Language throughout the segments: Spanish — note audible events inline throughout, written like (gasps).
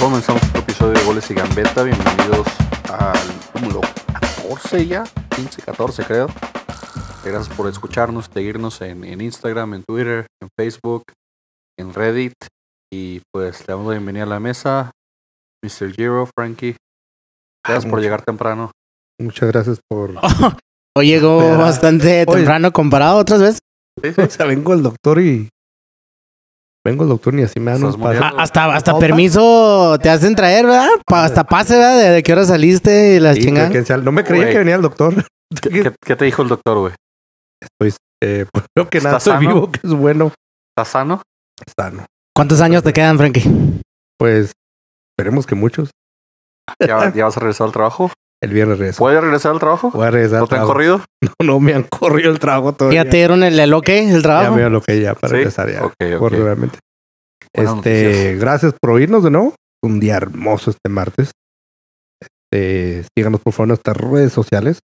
Comenzamos otro episodio de Goles y Gambeta. Bienvenidos al número 14 ya, 15, 14 creo. Gracias por escucharnos, seguirnos en, en Instagram, en Twitter, en Facebook, en Reddit. Y pues le damos la bienvenida a la mesa. Mr. Giro, Frankie. Gracias por mucho. llegar temprano. Muchas gracias por. Hoy llegó Espera. Oh, bastante Oye. temprano comparado a otras veces. O sea, vengo al doctor y. Vengo al doctor y así me dan Estás un pase. muriendo. Ah, hasta hasta ¿Opa? permiso te hacen traer, ¿verdad? Pa- hasta pase, ¿verdad? De, de qué hora saliste y la Ah. Sí, chingada. que sea- no me creía Güey. que venía (laughs) al doctor. (laughs) ¿Qué, qué, qué te dijo el doctor, güey? Eh, pues, creo que nada, ¿Está estoy sano? vivo, que es bueno. ¿Estás sano? Sano. ¿Cuántos años te quedan, Frankie? Pues esperemos que muchos. (laughs) ¿Ya, ya vas a regresar al trabajo? El viernes regreso. ¿Puedes regresar al trabajo? Voy a regresar ¿No al te han trabajo. corrido? No, (laughs) no me han corrido el trabajo todavía. ¿Ya te dieron el, el ok, el Ya trabajo? veo lo que ya para ¿Sí? regresar ya. Ok, Por ok. realmente. Buenas este, noticias. gracias por oírnos de nuevo. Un día hermoso este martes. Este, síganos por favor en nuestras redes sociales.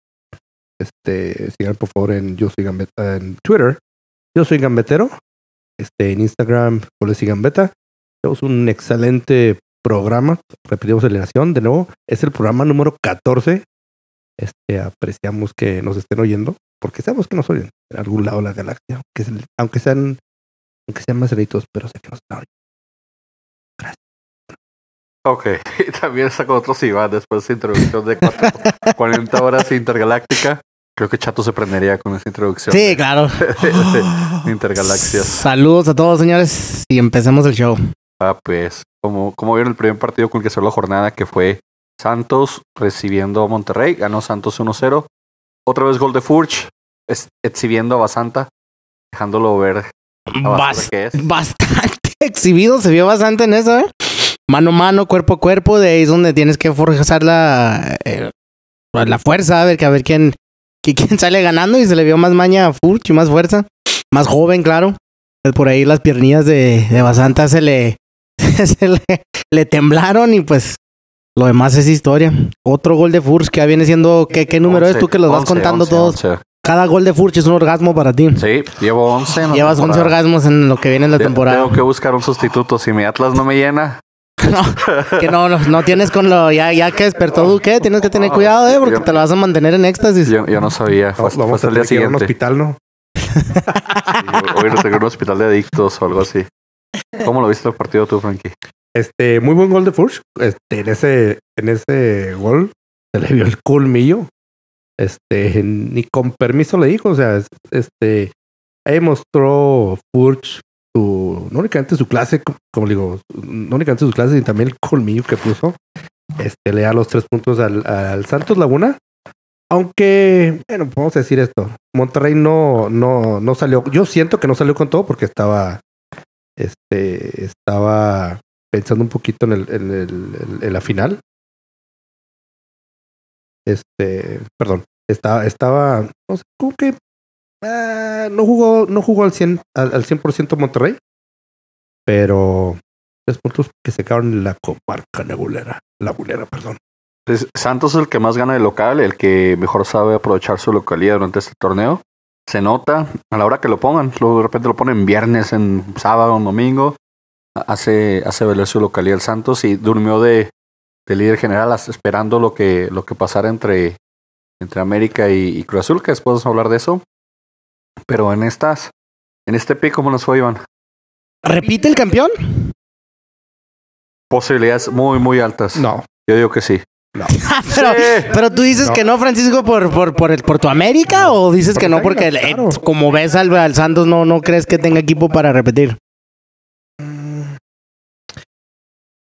Este, sigan por favor en Yo Soy Gambeta en Twitter. Yo soy Gambetero. Este, en Instagram, goles y Gambeta. Tenemos un excelente programa. Repetimos la alineación de nuevo. Es el programa número 14. Este, apreciamos que nos estén oyendo, porque sabemos que nos oyen en algún lado de la galaxia, aunque, se- aunque sean aunque sean más ceritos, pero sé que no están ahorita. Ok, (laughs) y también está con otros Iván después de esa introducción de (laughs) cuatro- 40 horas intergaláctica. Creo que Chato se prendería con esa introducción. (laughs) Sí, claro. de (gasps) Intergalaxias. Saludos a todos, señores, y empecemos el show. Ah, pues, como, como vieron el primer partido con el que cerró la jornada, que fue Santos recibiendo a Monterrey, ganó Santos 1-0. Otra vez gol de Furch, es- exhibiendo a Basanta, dejándolo ver a Bas- basura que es. (laughs) bastante exhibido, se vio bastante en eso, ¿eh? Mano a mano, cuerpo a cuerpo, de ahí es donde tienes que forzar la, eh, la fuerza, a ver, que a ver quién, que- (laughs) quién sale ganando y se le vio más maña a Furch y más fuerza, más joven, claro. Pues Por ahí las piernillas de, de Basanta se le, (laughs) se le, le temblaron y pues lo demás es historia. Otro gol de Furch que viene siendo, ¿qué, qué número es tú que los vas 11, contando 11, todos? 11. Cada gol de Furch es un orgasmo para ti. Sí, llevo 11. en la Llevas 11 temporada. orgasmos en lo que viene en la Te- temporada. Tengo que buscar un sustituto. Si mi Atlas no me llena, Que no, no, no tienes con lo. Ya, ya que despertó Duque, tienes que tener cuidado, eh, porque te lo vas a mantener en éxtasis. Ah, yo, yo no sabía. Fue, hasta- fue Vamos hasta a el día tener que ir a un siguiente. hospital, (laughs) ¿no? Hoy lo tengo en un hospital de adictos o algo así. ¿Cómo lo viste el partido tú, Frankie? Este, muy buen gol de Furch. Este, en ese, en ese gol se le vio el colmillo. Este, ni con permiso le dijo. O sea, es- este, ahí mostró Furch su, no únicamente su clase, co- como le digo, no únicamente su clase, sino también el colmillo que puso. Este, le da los tres puntos al, al Santos Laguna. Aunque, bueno, vamos a decir esto. Monterrey no, no, no salió. Yo siento que no salió con todo porque estaba, este, estaba pensando un poquito en, el, en, el- en- en la final. Este, perdón, estaba, estaba, no sé, como que ah, no jugó, no jugó al 100, al, al 100% Monterrey, pero tres puntos que se quedaron en la comarca nebulera, labulera, perdón. Es- Santos es el que más gana de local, el que mejor sabe aprovechar su localidad durante este torneo. Se nota a la hora que lo pongan. Luego de repente lo ponen viernes, en sábado, en domingo. Hace, hace valer su localidad el Santos y durmió de, de líder general as- esperando lo que, lo que pasara entre, entre América y, y Cruz Azul, que después vamos a hablar de eso. Pero en estas, en este pick, ¿cómo nos fue, Iván? ¿Repite el campeón? (laughs) Posibilidades muy, muy altas. No, Yo digo que sí. Ah, pero, pero tú dices No. que no, Francisco, por, por, por, el, por tu América, o dices Por que mis no, porque águilas, eh, claro. como ves al, al Santos, no, no crees que tenga equipo para repetir.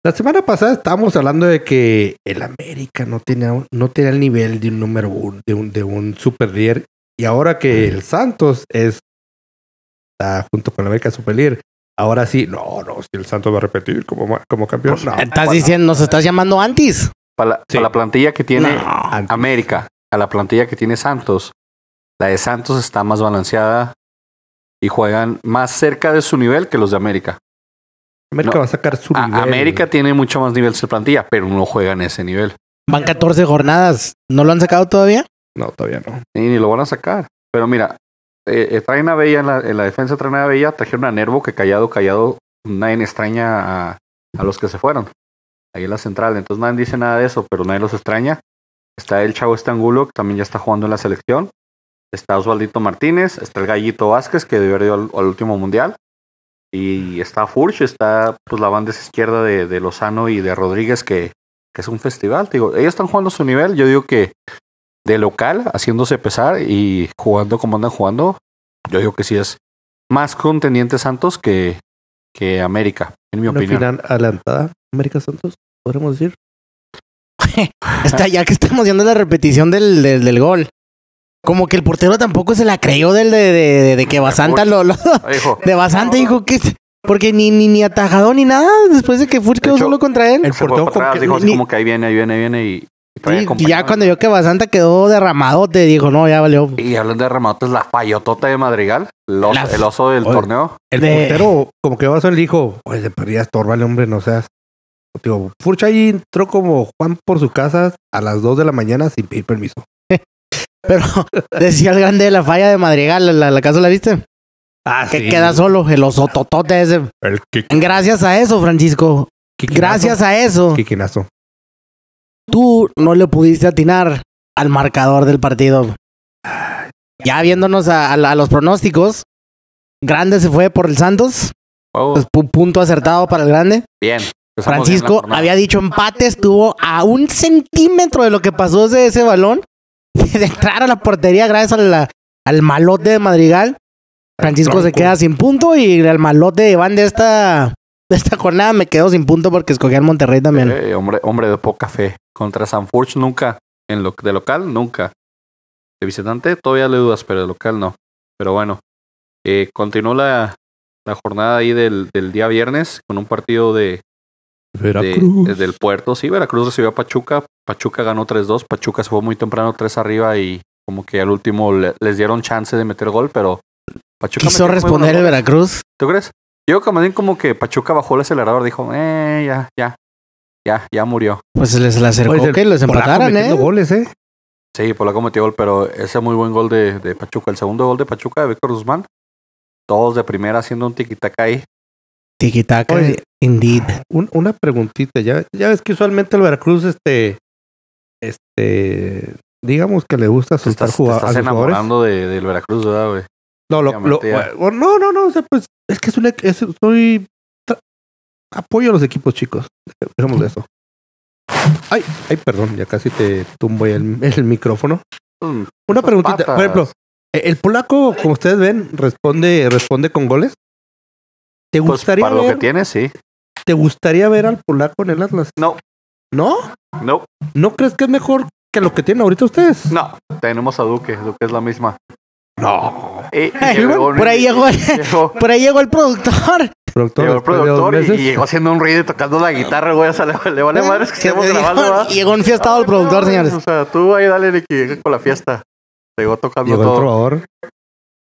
La semana pasada estábamos hablando de que el América no tenía, no tenía el nivel de un número uno, de un, de un super líder. Y ahora que el Santos es está junto con el América super líder, ahora sí, no, no, si el Santos va a repetir como, ma- como campeón. Pues, no. Estás bueno. diciendo, nos estás llamando antes. Para la, Sí. para la plantilla que tiene No. Antes. América, a la plantilla que tiene Santos, la de Santos está más balanceada y juegan más cerca de su nivel que los de América. América no. va a sacar su A- nivel. América tiene mucho más nivel su plantilla, pero no juegan ese nivel. Van 14 jornadas. ¿No lo han sacado (laughs) todavía? No, todavía no. Y ni lo van a sacar. Pero mira, eh, eh, traen a Bella en la, en la defensa, traen a Bella, trajeron a Nervo que callado, callado, nadie extraña a, a los que se fueron. ahí en la central. Entonces nadie dice nada de eso, pero nadie los extraña. Está el Chavo Estangulo, que también ya está jugando en la selección. Está Osvaldito Martínez, está el Gallito Vázquez, que debió haber ido al, al último mundial. Y está Furch, está pues la banda esa izquierda de, de Lozano y de Rodríguez, que, que es un festival. Te digo, ellos están jugando a su nivel. Yo digo que de local, haciéndose pesar y jugando como andan jugando, yo digo que sí es más contendiente Santos que, que América, en mi Una opinión. final adelantada, América Santos, podríamos decir. Está ya que estamos viendo la repetición del, del, del gol. Como que el portero tampoco se la creyó del de, de, de- de que Basanta lo, lo- Ay, hijo, de Basanta dijo que porque ni ni ni atajado ni nada después de que Furch quedó hecho, solo contra él. El se fue portero para atrás, con que- dijo así ni- como que ahí viene, ahí viene, ahí viene y, y Sí, trae y ya acompañado. cuando vio que Basanta quedó derramado, te dijo, no, ya valió. Y hablando de remates, la payotota de Madrigal, el oso, La- el oso del Oye. torneo. El De- portero, como que Basón le dijo, oye, de perdida estorba el hombre, no seas. Digo, Furcha ahí entró como Juan por su casa a las 2 de la mañana sin pedir permiso. Pero (laughs) decía el grande de la falla de Madrigal, la, la, la casa la viste. Ah, Que queda solo, el osototote ese. El qui- Gracias a eso, Francisco. quiquinazo. Gracias a eso, Quiquinazo. tú no le pudiste atinar al marcador del partido. Ya viéndonos a, a la- a los pronósticos, Grande se fue por el Santos, Oh, pues, pu- punto acertado para el Grande. bien. empezamos bien la Francisco jornada. había dicho empate, estuvo a un centímetro de lo que pasó de ese balón, (laughs) de entrar a la portería gracias a la- al malote de Madrigal. Francisco se tronco. queda sin punto y el malote de Iván de esta, de esta jornada me quedó sin punto porque escogí al Monterrey también. Eh, hombre, hombre de poca fe. Contra Sanfurch nunca. En lo, de local, nunca. De visitante todavía le dudas, pero de local no. Pero bueno. eh, continuó la, la jornada ahí del, del día viernes con un partido de, de- Veracruz. del puerto. Sí, Veracruz recibió a Pachuca. Pachuca ganó 3-2. Pachuca se fue muy temprano 3 arriba y como que al último le- les dieron chance de meter gol, pero Pachuca Quiso metió muy buenos responder el goles. Veracruz. ¿Tú crees? Yo como bien como que Pachuca bajó el acelerador, dijo, eh, ya, ya, ya, ya murió. Pues se les la acercó Oye, es el que los Polaco empataran, ¿eh? metiendo goles, ¿eh? Sí, Polaco metió gol, pero ese muy buen gol de, de Pachuca. El segundo gol de Pachuca de Víctor Guzmán. Todos de primera haciendo un tiquitaca ahí. Tiquitaca, Oye. indeed. Un- una preguntita, ya, ya ves que usualmente el Veracruz, este, este, digamos que le Te gusta asustar estás, jugado- te estás Pues a sus jugadores. enamorando de, del Veracruz, ¿verdad, güey? No, lo, lo- Obviamente, o- no, no, no, o sea, pues es que es un, es, soy tra- apoyo a los equipos chicos. Dejemos de eso. Ay, ay, perdón, ya casi te tumbo el, el micrófono. Mm, Una Esas preguntita, patas. por ejemplo, eh, el polaco, como ustedes ven, responde, responde con goles. ¿Te Pues gustaría para lo que ver, tiene, sí. te gustaría ver al polaco en el Atlas? No. ¿No? No, ¿No crees que es mejor que lo que tienen ahorita ustedes? no. Tenemos a Duque. Duque es la misma. No. Y- y Ay, llegó un- por ahí llegó- (laughs) llegó- Por ahí llegó el productor. Productor, Llegó el después de dos productor y, meses, y llegó haciendo un ruido y tocando la guitarra, güey. O sea, le, le vale (laughs) madres que estemos grabando, ¿verdad? llegó, llegó enfiestado el productor, No, señores. O sea, tú ahí dale de que llegue con la fiesta. Llegó tocando llegó el todo. trovador.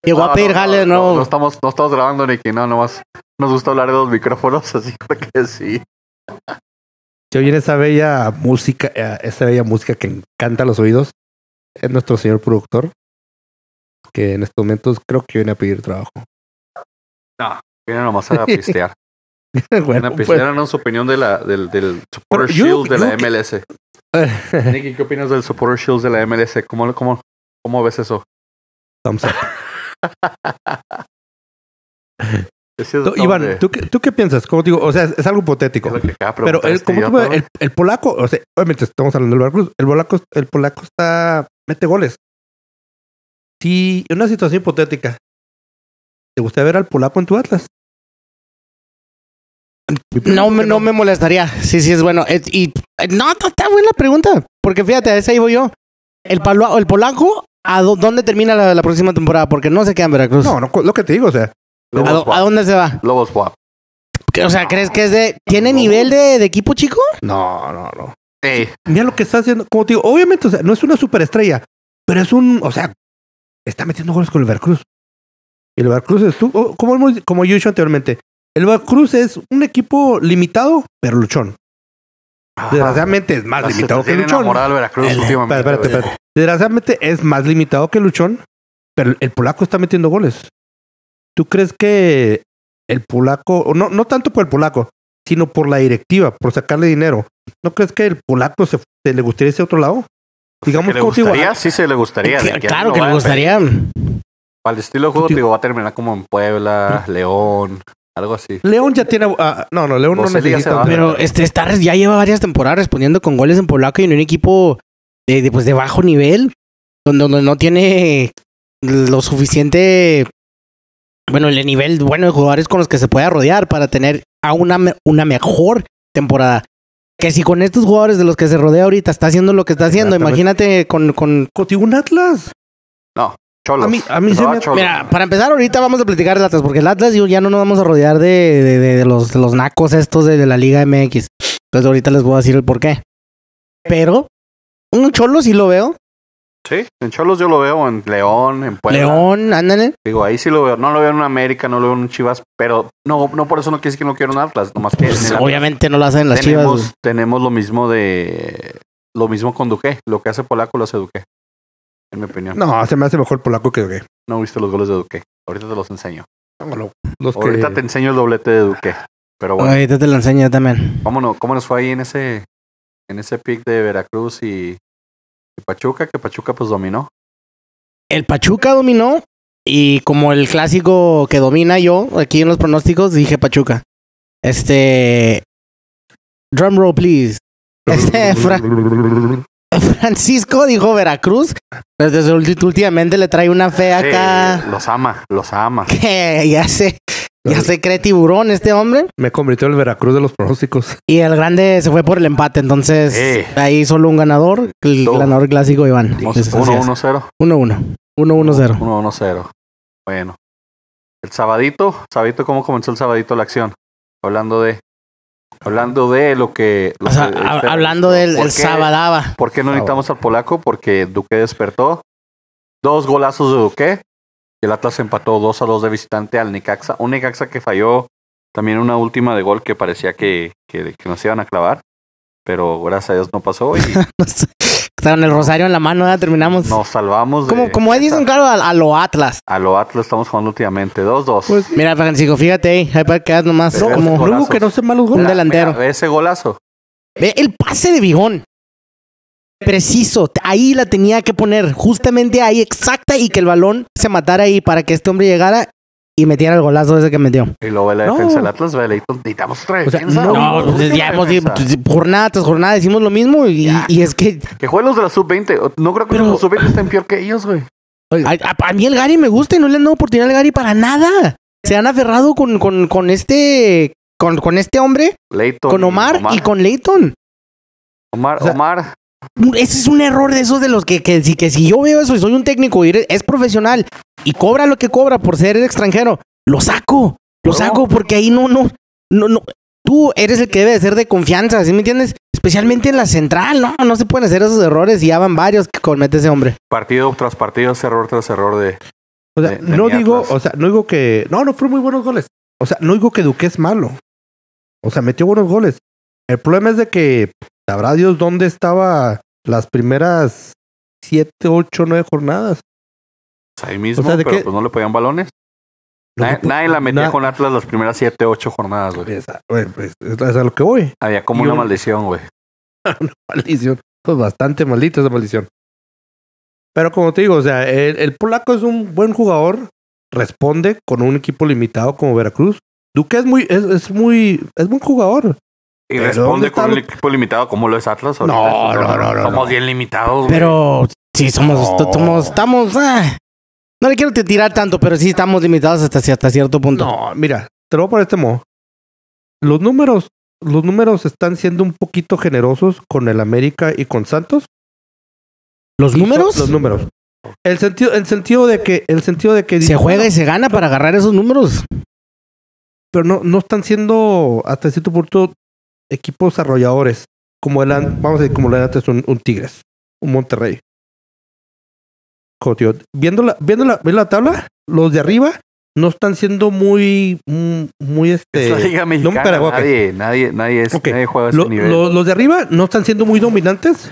Llegó No, a pedir no, no, jale de no, nuevo. No, estamos, no estamos grabando, Nicky. No, nomás nos gusta hablar de los micrófonos, (laughs) así que sí. Se oyen esa bella música, eh, esa bella música que encanta a los oídos. Es nuestro señor productor, que en estos momentos creo que viene a pedir trabajo. (laughs) Viene nomás (laughs) a pistear. Viene bueno, a pues, pistear. Danos su opinión de la, del, del Pero Supporter yo- Shield de yo la que- MLS. (laughs) Nicky, ¿qué opinas del Supporter Shield de la MLS? ¿Cómo, lo- cómo, cómo ves eso? thumbs up. Ese es Tú, donde- Iván, ¿tú qué, tú qué piensas? Como te digo, o sea, es, es algo hipotético. es lo que acaba de Pero preguntar el, este como tú idiota, ves, el, el polaco, o sea, obviamente estamos hablando del Veracruz, el polaco, el polaco está, mete goles. Si en una situación hipotética, ¿te gustaría ver al polaco en tu Atlas? Mi No pregunta me, que no me molestaría. Sí, sí, es bueno. Eh, Y eh, no, no, está buena la pregunta. Porque fíjate, a esa ahí voy yo. El, palo- el polaco, ¿a dó- dónde termina la, la próxima temporada? Porque no se queda en Veracruz. Pues No, no, lo que te digo, o sea, ¿no? ¿A, Lobos dó- a Ah, Guap. dónde se va? Lobos Guap. O sea, ¿crees que es de. ¿Tiene No. nivel de, de equipo, chico? no, no, no. Ey, Mira lo que está haciendo, como te digo, obviamente, o sea, no es una superestrella, pero es un, o sea, está metiendo goles con el Veracruz. Y el Veracruz es tú, oh, como, hemos- como yo he dicho anteriormente, el Veracruz es un equipo limitado, pero luchón. Desgraciadamente es más Ah, Se te limitado que tiene Luchón. enamorado el Veracruz El- últimamente. espérate, espérate, güey. espérate. Desgraciadamente es más limitado que Luchón, pero el polaco está metiendo goles. ¿Tú crees que el polaco, o no, no tanto por el polaco, sino por la directiva, por sacarle dinero, ¿No crees que el polaco se, se le gustaría ese otro lado? Digamos Que le gustaría, sí se le gustaría. de Que- aquí a claro no que va, le gustaría. Para el estilo de juego, Cuti- digo, va a terminar como en Puebla, León, algo así. León ya tiene. ah, no, no, León no José Díaz se necesita. va. Pero, Pero este Starres ya lleva varias temporadas respondiendo con goles en polaco y en un equipo de, de, pues, de bajo nivel, donde, donde no tiene lo suficiente, bueno, el nivel bueno de jugadores con los que se pueda rodear para tener a una, me- una mejor temporada. Que si con estos jugadores de los que se rodea ahorita está haciendo lo que está haciendo, Exactamente. imagínate con, con... contigo un Atlas. Cholos. A mí- a mí Que se no va me- a Cholos. Mira, para empezar ahorita vamos a platicar del Atlas, porque el Atlas yo, ya no nos vamos a rodear de, de- de- de los, de los nacos estos de, de la Liga MX. Entonces ahorita les voy a decir el por qué. Pero, un cholo sí lo veo. Sí, en Cholos yo lo veo, en León, en Puebla. León, ándale. Digo, ahí sí lo veo. No lo veo en un América, no lo veo en un Chivas, pero no, no por eso no quiere decir que no quiero un Atlas. Nomás que en Pues, el Atlas obviamente no lo hacen las tenemos, chivas. tenemos lo mismo de. Lo mismo con Duque. Lo que hace Polaco lo hace Duque. En mi opinión. No, No, se me hace mejor polaco que gay. viste los goles de Duque. Ahorita te los enseño. Los que- Ahorita te enseño el doblete de Duque. Pero bueno, Ahorita te lo enseño también. ¿cómo, no- cómo nos fue ahí en ese. En ese pick de Veracruz y. y Pachuca, que Pachuca pues dominó. El Pachuca dominó y como el clásico que domina yo aquí en los pronósticos, dije Pachuca. Este... Drum roll, please. Este, (laughs) Fra- Francisco dijo Veracruz, pero desde ulti- últimamente le trae una fe acá Sí, los ama, los ama. que ya se, ya se cree tiburón este hombre. Me convirtió en el Veracruz de los pronósticos. Y el grande se fue por el empate, entonces Sí. ahí solo un ganador, el Todo. ganador clásico Iván. Entonces, así es. 1-1-0. 1-1. 1-1-0. 1-1-0. Bueno. El sabadito, sabadito, ¿cómo comenzó el sabadito la acción? Hablando de. Hablando de lo que. lo O sea, que- este, hab- hablando del, ¿Por del qué- Sabadaba. ¿Por qué no necesitamos al polaco? Porque Duque despertó. Dos golazos de Duque. Y el Atlas empató 2 a 2 de visitante al Necaxa. Un Necaxa que falló también una última de gol que parecía que, que, que nos iban a clavar. Pero gracias a Dios no pasó (laughs) y Estaban el rosario en la mano, ya terminamos. nos salvamos. de- como, como Edison, claro, a, a lo Atlas. A lo Atlas estamos jugando últimamente. 2-2. Pues, Mira, Francisco, fíjate ahí, ahí para que quedas nomás. No, como, golazos. luego que no sean malos un goles. delantero. Mira, ve ese golazo. Ve el pase de Bijón. Preciso, ahí la tenía que poner, justamente ahí, exacta, y que el balón se matara ahí para que este hombre llegara y metiera el golazo ese que metió. Y lo ve la No. defensa del Atlas, ve Leito, necesitamos otra O sea, defensa. no, No, Necesitamos pues, otra ya hemos defensa. jornada tras jornada, decimos lo mismo, y, Ya. y es que Que jueguen los de la sub-20. No creo que Pero- los de la sub-20 estén peor que ellos, güey. a, a- a mí el Gary me gusta y no le han dado oportunidad al Gary para nada. Se han aferrado con, con, con este con, con este hombre, Leito. con Omar y con Leighton. Omar, o sea, Omar. Ese es un error de esos de los que, que, si, que si yo veo eso y soy un técnico y eres- es profesional y cobra lo que cobra por ser extranjero, lo saco, lo Huevo. saco porque ahí no, no, no, no. Tú eres el que debe de ser de confianza, ¿sí me entiendes? Especialmente en la central, no, no se pueden hacer esos errores y ya van varios que comete ese hombre. Partido tras partido, es error tras error de. O sea, de- de no mi digo, Atlas. o sea, no digo que. No, no fueron muy buenos goles. O sea, no digo que Duque es malo. O sea, metió buenos goles. El problema es de que sabrá Dios dónde estaba las primeras siete, ocho, nueve jornadas. o sea, ahí mismo, O sea, ¿de pero qué? pues no le podían balones. Lo Nadie, que- nadie la metía na- con Atlas las primeras 7, 8 jornadas, güey. Esa- bueno, pues, es a lo que voy. (laughs) Había como Y una un- maldición, güey. Maldición. Pues bastante maldita esa maldición. Pero como te digo, o sea, el, el polaco es un buen jugador. Responde con un equipo limitado como Veracruz. Duque es muy, es, es muy, es buen jugador. Y ¿Pero responde dónde con está un lo- equipo limitado como lo es Atlas. No, ahorita. no, no, no, Somos no. bien limitados, güey. Pero sí, somos, No. to- somos- estamos, ah, no le quiero te- tirar tanto, pero sí estamos limitados hasta, ci- hasta cierto punto. No, mira, te lo voy a poner de este modo. Los números, los números están siendo un poquito generosos con el América y con Santos. ¿Los Y son- números? Los números. El sentido, el sentido de que, el sentido de que se dices, juega y "Bueno, se gana para agarrar esos números. pero no, no están siendo hasta cierto punto equipos desarrolladores como el an- vamos a decir como el antes un, un Tigres, un Monterrey. Como te digo, viendo la, viendo la, viendo la tabla, los de arriba no están siendo muy, muy, muy, Es (laughs) este. la Liga Mexicana. pero, ok. nadie, nadie, nadie, es, Ok. nadie juega a ese Lo- nivel. lo- los de arriba no están siendo muy dominantes.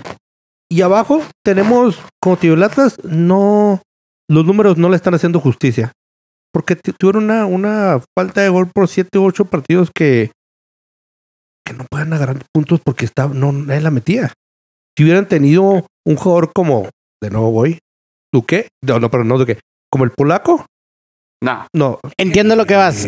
Y abajo tenemos, como te digo, el Atlas, no. Los números no le están haciendo justicia. Porque tu- tuvieron una, una falta de gol por 7 u 8 partidos que. que no puedan agarrar puntos porque está, no, nadie la metía. Si hubieran tenido un jugador como, de nuevo voy, Duque, no, no, pero no Duque, como el polaco, Nah. no, Entiendo lo que vas.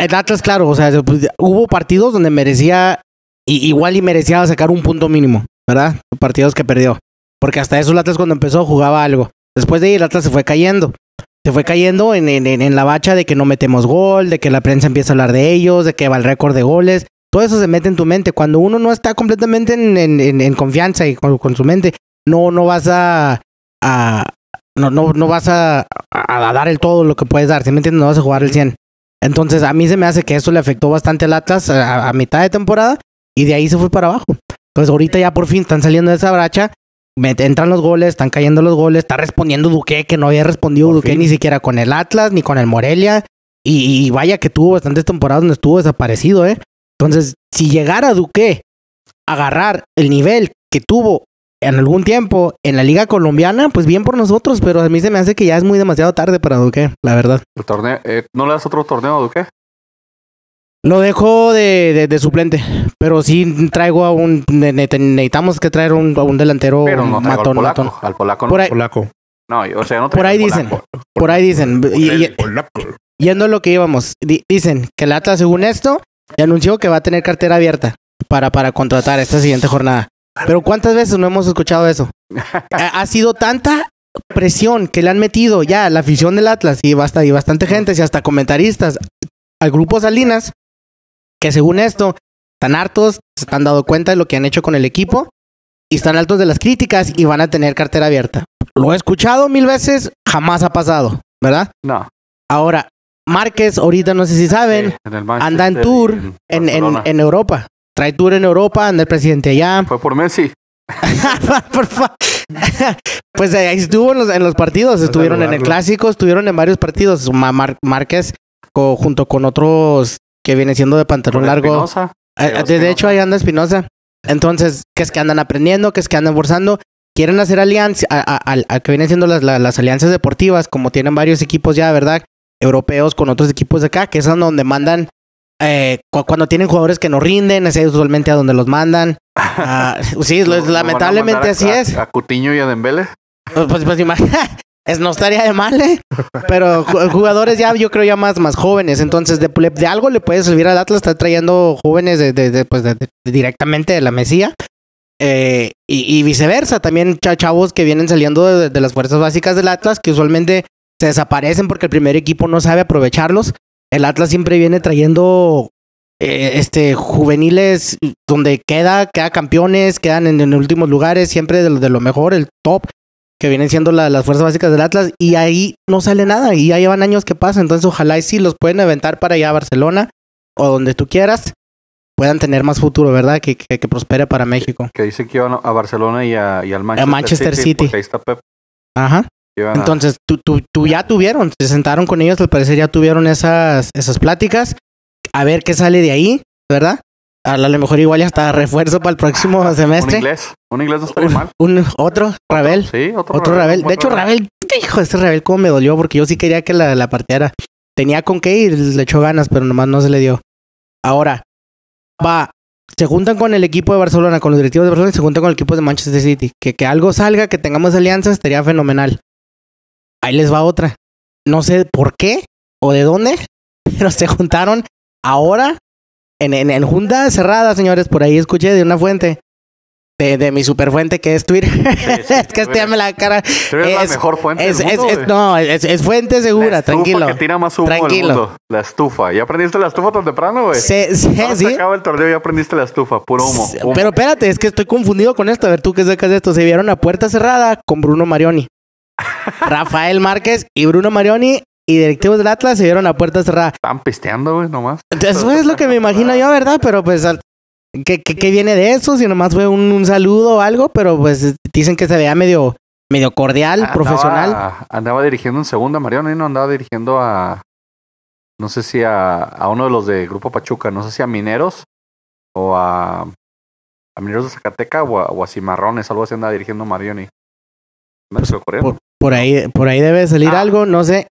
El Atlas, claro, o sea, pues, hubo partidos donde merecía, i- igual y merecía sacar un punto mínimo, ¿verdad? Partidos que perdió. Porque hasta eso el Atlas cuando empezó jugaba algo. Después de ahí el Atlas se fue cayendo. Se fue cayendo en, en- en- en la bacha de que no metemos gol, de que la prensa empieza a hablar de ellos, de que va el récord de goles. Todo eso se mete en tu mente. Cuando uno no está completamente en, en- en- en confianza y con, con su mente, no, no vas a... a- no, no, no vas a, a- a dar el todo lo que puedes dar. Si me entiendes, no vas a jugar el 100. Entonces, a mí se me hace que eso le afectó bastante al Atlas a, a mitad de temporada y de ahí se fue para abajo. Entonces, ahorita ya por fin están saliendo de esa bracha, met- entran los goles, están cayendo los goles, está respondiendo Duque, que no había respondido Por Duque fin. ni siquiera con el Atlas ni con el Morelia. Y, y vaya que tuvo bastantes temporadas donde estuvo desaparecido, ¿eh? Entonces, si llegara Duque a agarrar el nivel que tuvo en algún tiempo en la Liga Colombiana, pues bien por nosotros, pero a mí se me hace que ya es muy demasiado tarde para Duque, la verdad. El torneo, eh, ¿No le das otro torneo o qué? Lo dejo de, de- de suplente, pero sí traigo a un. ne- ne- necesitamos que traer un, a un delantero Pero no traigo matón, al polaco. matón. Al polaco no. Por ahí, polaco. No, yo- o sea, no Por traigo ahí al polaco. dicen. por ahí dicen. Y- y- yendo a lo que íbamos, di- dicen que el Atlas, según esto, ya anunció que va a tener cartera abierta para, para contratar esta siguiente jornada. Pero ¿cuántas veces no hemos escuchado eso? Ha ha sido tanta presión que le han metido ya la afición del Atlas y, basta, y bastante gente, y hasta comentaristas, al grupo Salinas, que según esto, están hartos, se han dado cuenta de lo que han hecho con el equipo y están altos de las críticas y van a tener cartera abierta. Lo he escuchado mil veces, jamás ha pasado, ¿verdad? No. Ahora, Márquez, ahorita no sé si saben, sí, en el Manchester anda en y tour en, en- Barcelona. en Europa. Trae tour en Europa, anda el presidente allá. (laughs) Fue por Messi. Por fa- (laughs) pues ahí ahí estuvo en los, en los partidos, estuvieron en el saludarlo. clásico, estuvieron en varios partidos. Ma- Mar- Márquez co- junto con otros que viene siendo de pantalón Con largo. Espinosa. Ah, Llegó ah, de- De Espinosa. hecho, ahí anda Espinosa. Entonces, que es que andan aprendiendo, que es que andan forzando. Quieren hacer alianzas, a, a- al- al que vienen siendo las, la- las alianzas deportivas, como tienen varios equipos ya, ¿verdad? Europeos con otros equipos de acá, que es a donde mandan. eh, cu- cuando tienen jugadores que no rinden, es usualmente a donde (laughs) los mandan. Ah, sí, Lo- lo lo- van a mandar lamentablemente a- así a- es. A Cutiño y a Dembele. Pues, pues, pues, imag- (laughs) es, no estaría de mal, ¿eh? Pero ju- jugadores ya, yo creo ya más, más jóvenes. Entonces, de, ple- de algo le puede servir al Atlas. Está trayendo jóvenes de, de- de, pues, de- de- directamente de la Mesía. Eh, y, y viceversa, también cha- chavos que vienen saliendo de, de las fuerzas básicas del Atlas, que usualmente se desaparecen porque el primer equipo no sabe aprovecharlos. El Atlas siempre viene trayendo eh, este juveniles donde queda, queda campeones, quedan en, en últimos lugares, siempre de, lo- de lo mejor, el top que vienen siendo la- las fuerzas básicas del Atlas y ahí no sale nada y ya llevan años que pasan, entonces ojalá y sí los pueden aventar para allá a Barcelona o donde tú quieras, puedan tener más futuro, ¿verdad? Que, que, que prospere para México. Que dicen que iban a Barcelona y, a- y al Manchester, Manchester City. porque ahí está Pep. Ajá. Iban a- Entonces, tú, tú, tú ya tuvieron, se sentaron con ellos, al parecer ya tuvieron esas, esas pláticas, a ver qué sale de ahí, ¿verdad? A lo a lo mejor igual ya está refuerzo para el próximo un semestre. inglés. Un inglés no estaría mal. Un, otro, Rabel. Sí, otro, Otro Rabel. De buen hecho, Rabel, hijo, este Rabel cómo me dolió porque yo sí quería que la, la partiera. Tenía con qué ir, le echó ganas, pero nomás no se le dio. Ahora, va, se juntan con el equipo de Barcelona, con los directivos de Barcelona y se juntan con el equipo de Manchester City. Que, que algo salga, que tengamos alianzas, estaría fenomenal. Ahí les va otra. No sé por qué o de dónde, (laughs) pero se juntaron ahora en, en, en junta cerrada, señores. Por ahí escuché de una fuente, de, de mi superfuente que es Twitter. sí, sí, (laughs) es que este ya me la cara. Pero es, Es- la mejor fuente Es, del es, mundo, es- güey. no, es, es fuente la segura, estufa tranquilo. que tira más humo del Tranquilo. mundo. La estufa. ¿Ya aprendiste la estufa tan temprano, güey? Se- se- Ahora se sí. acaba el torneo y ya aprendiste la estufa. Puro humo. S- humo. Pero espérate, es que estoy confundido con esto. A ver, tú qué sacas de esto. Se vieron a puerta cerrada con (laughs) Bruno Marioni. Rafael Márquez y Bruno Marioni y directivos del Atlas se vieron a puerta cerrada. Están pisteando, güey, nomás. Eso es lo que me imagino yo, ¿verdad? Pero pues, al- ¿qué, qué, qué viene de eso? Si nomás fue un, un saludo o algo, pero pues dicen que se vea medio, medio cordial, Andaba- profesional. Andaba dirigiendo en segunda, Mariano, y no andaba dirigiendo a. No sé si a, a uno de los de Grupo Pachuca, no sé si a Mineros o a. A Mineros de Zacateca o a, o a Cimarrones, algo así andaba dirigiendo Marioni. No se me ocurrió. Por ahí, por ahí debe salir Ah. algo, no sé.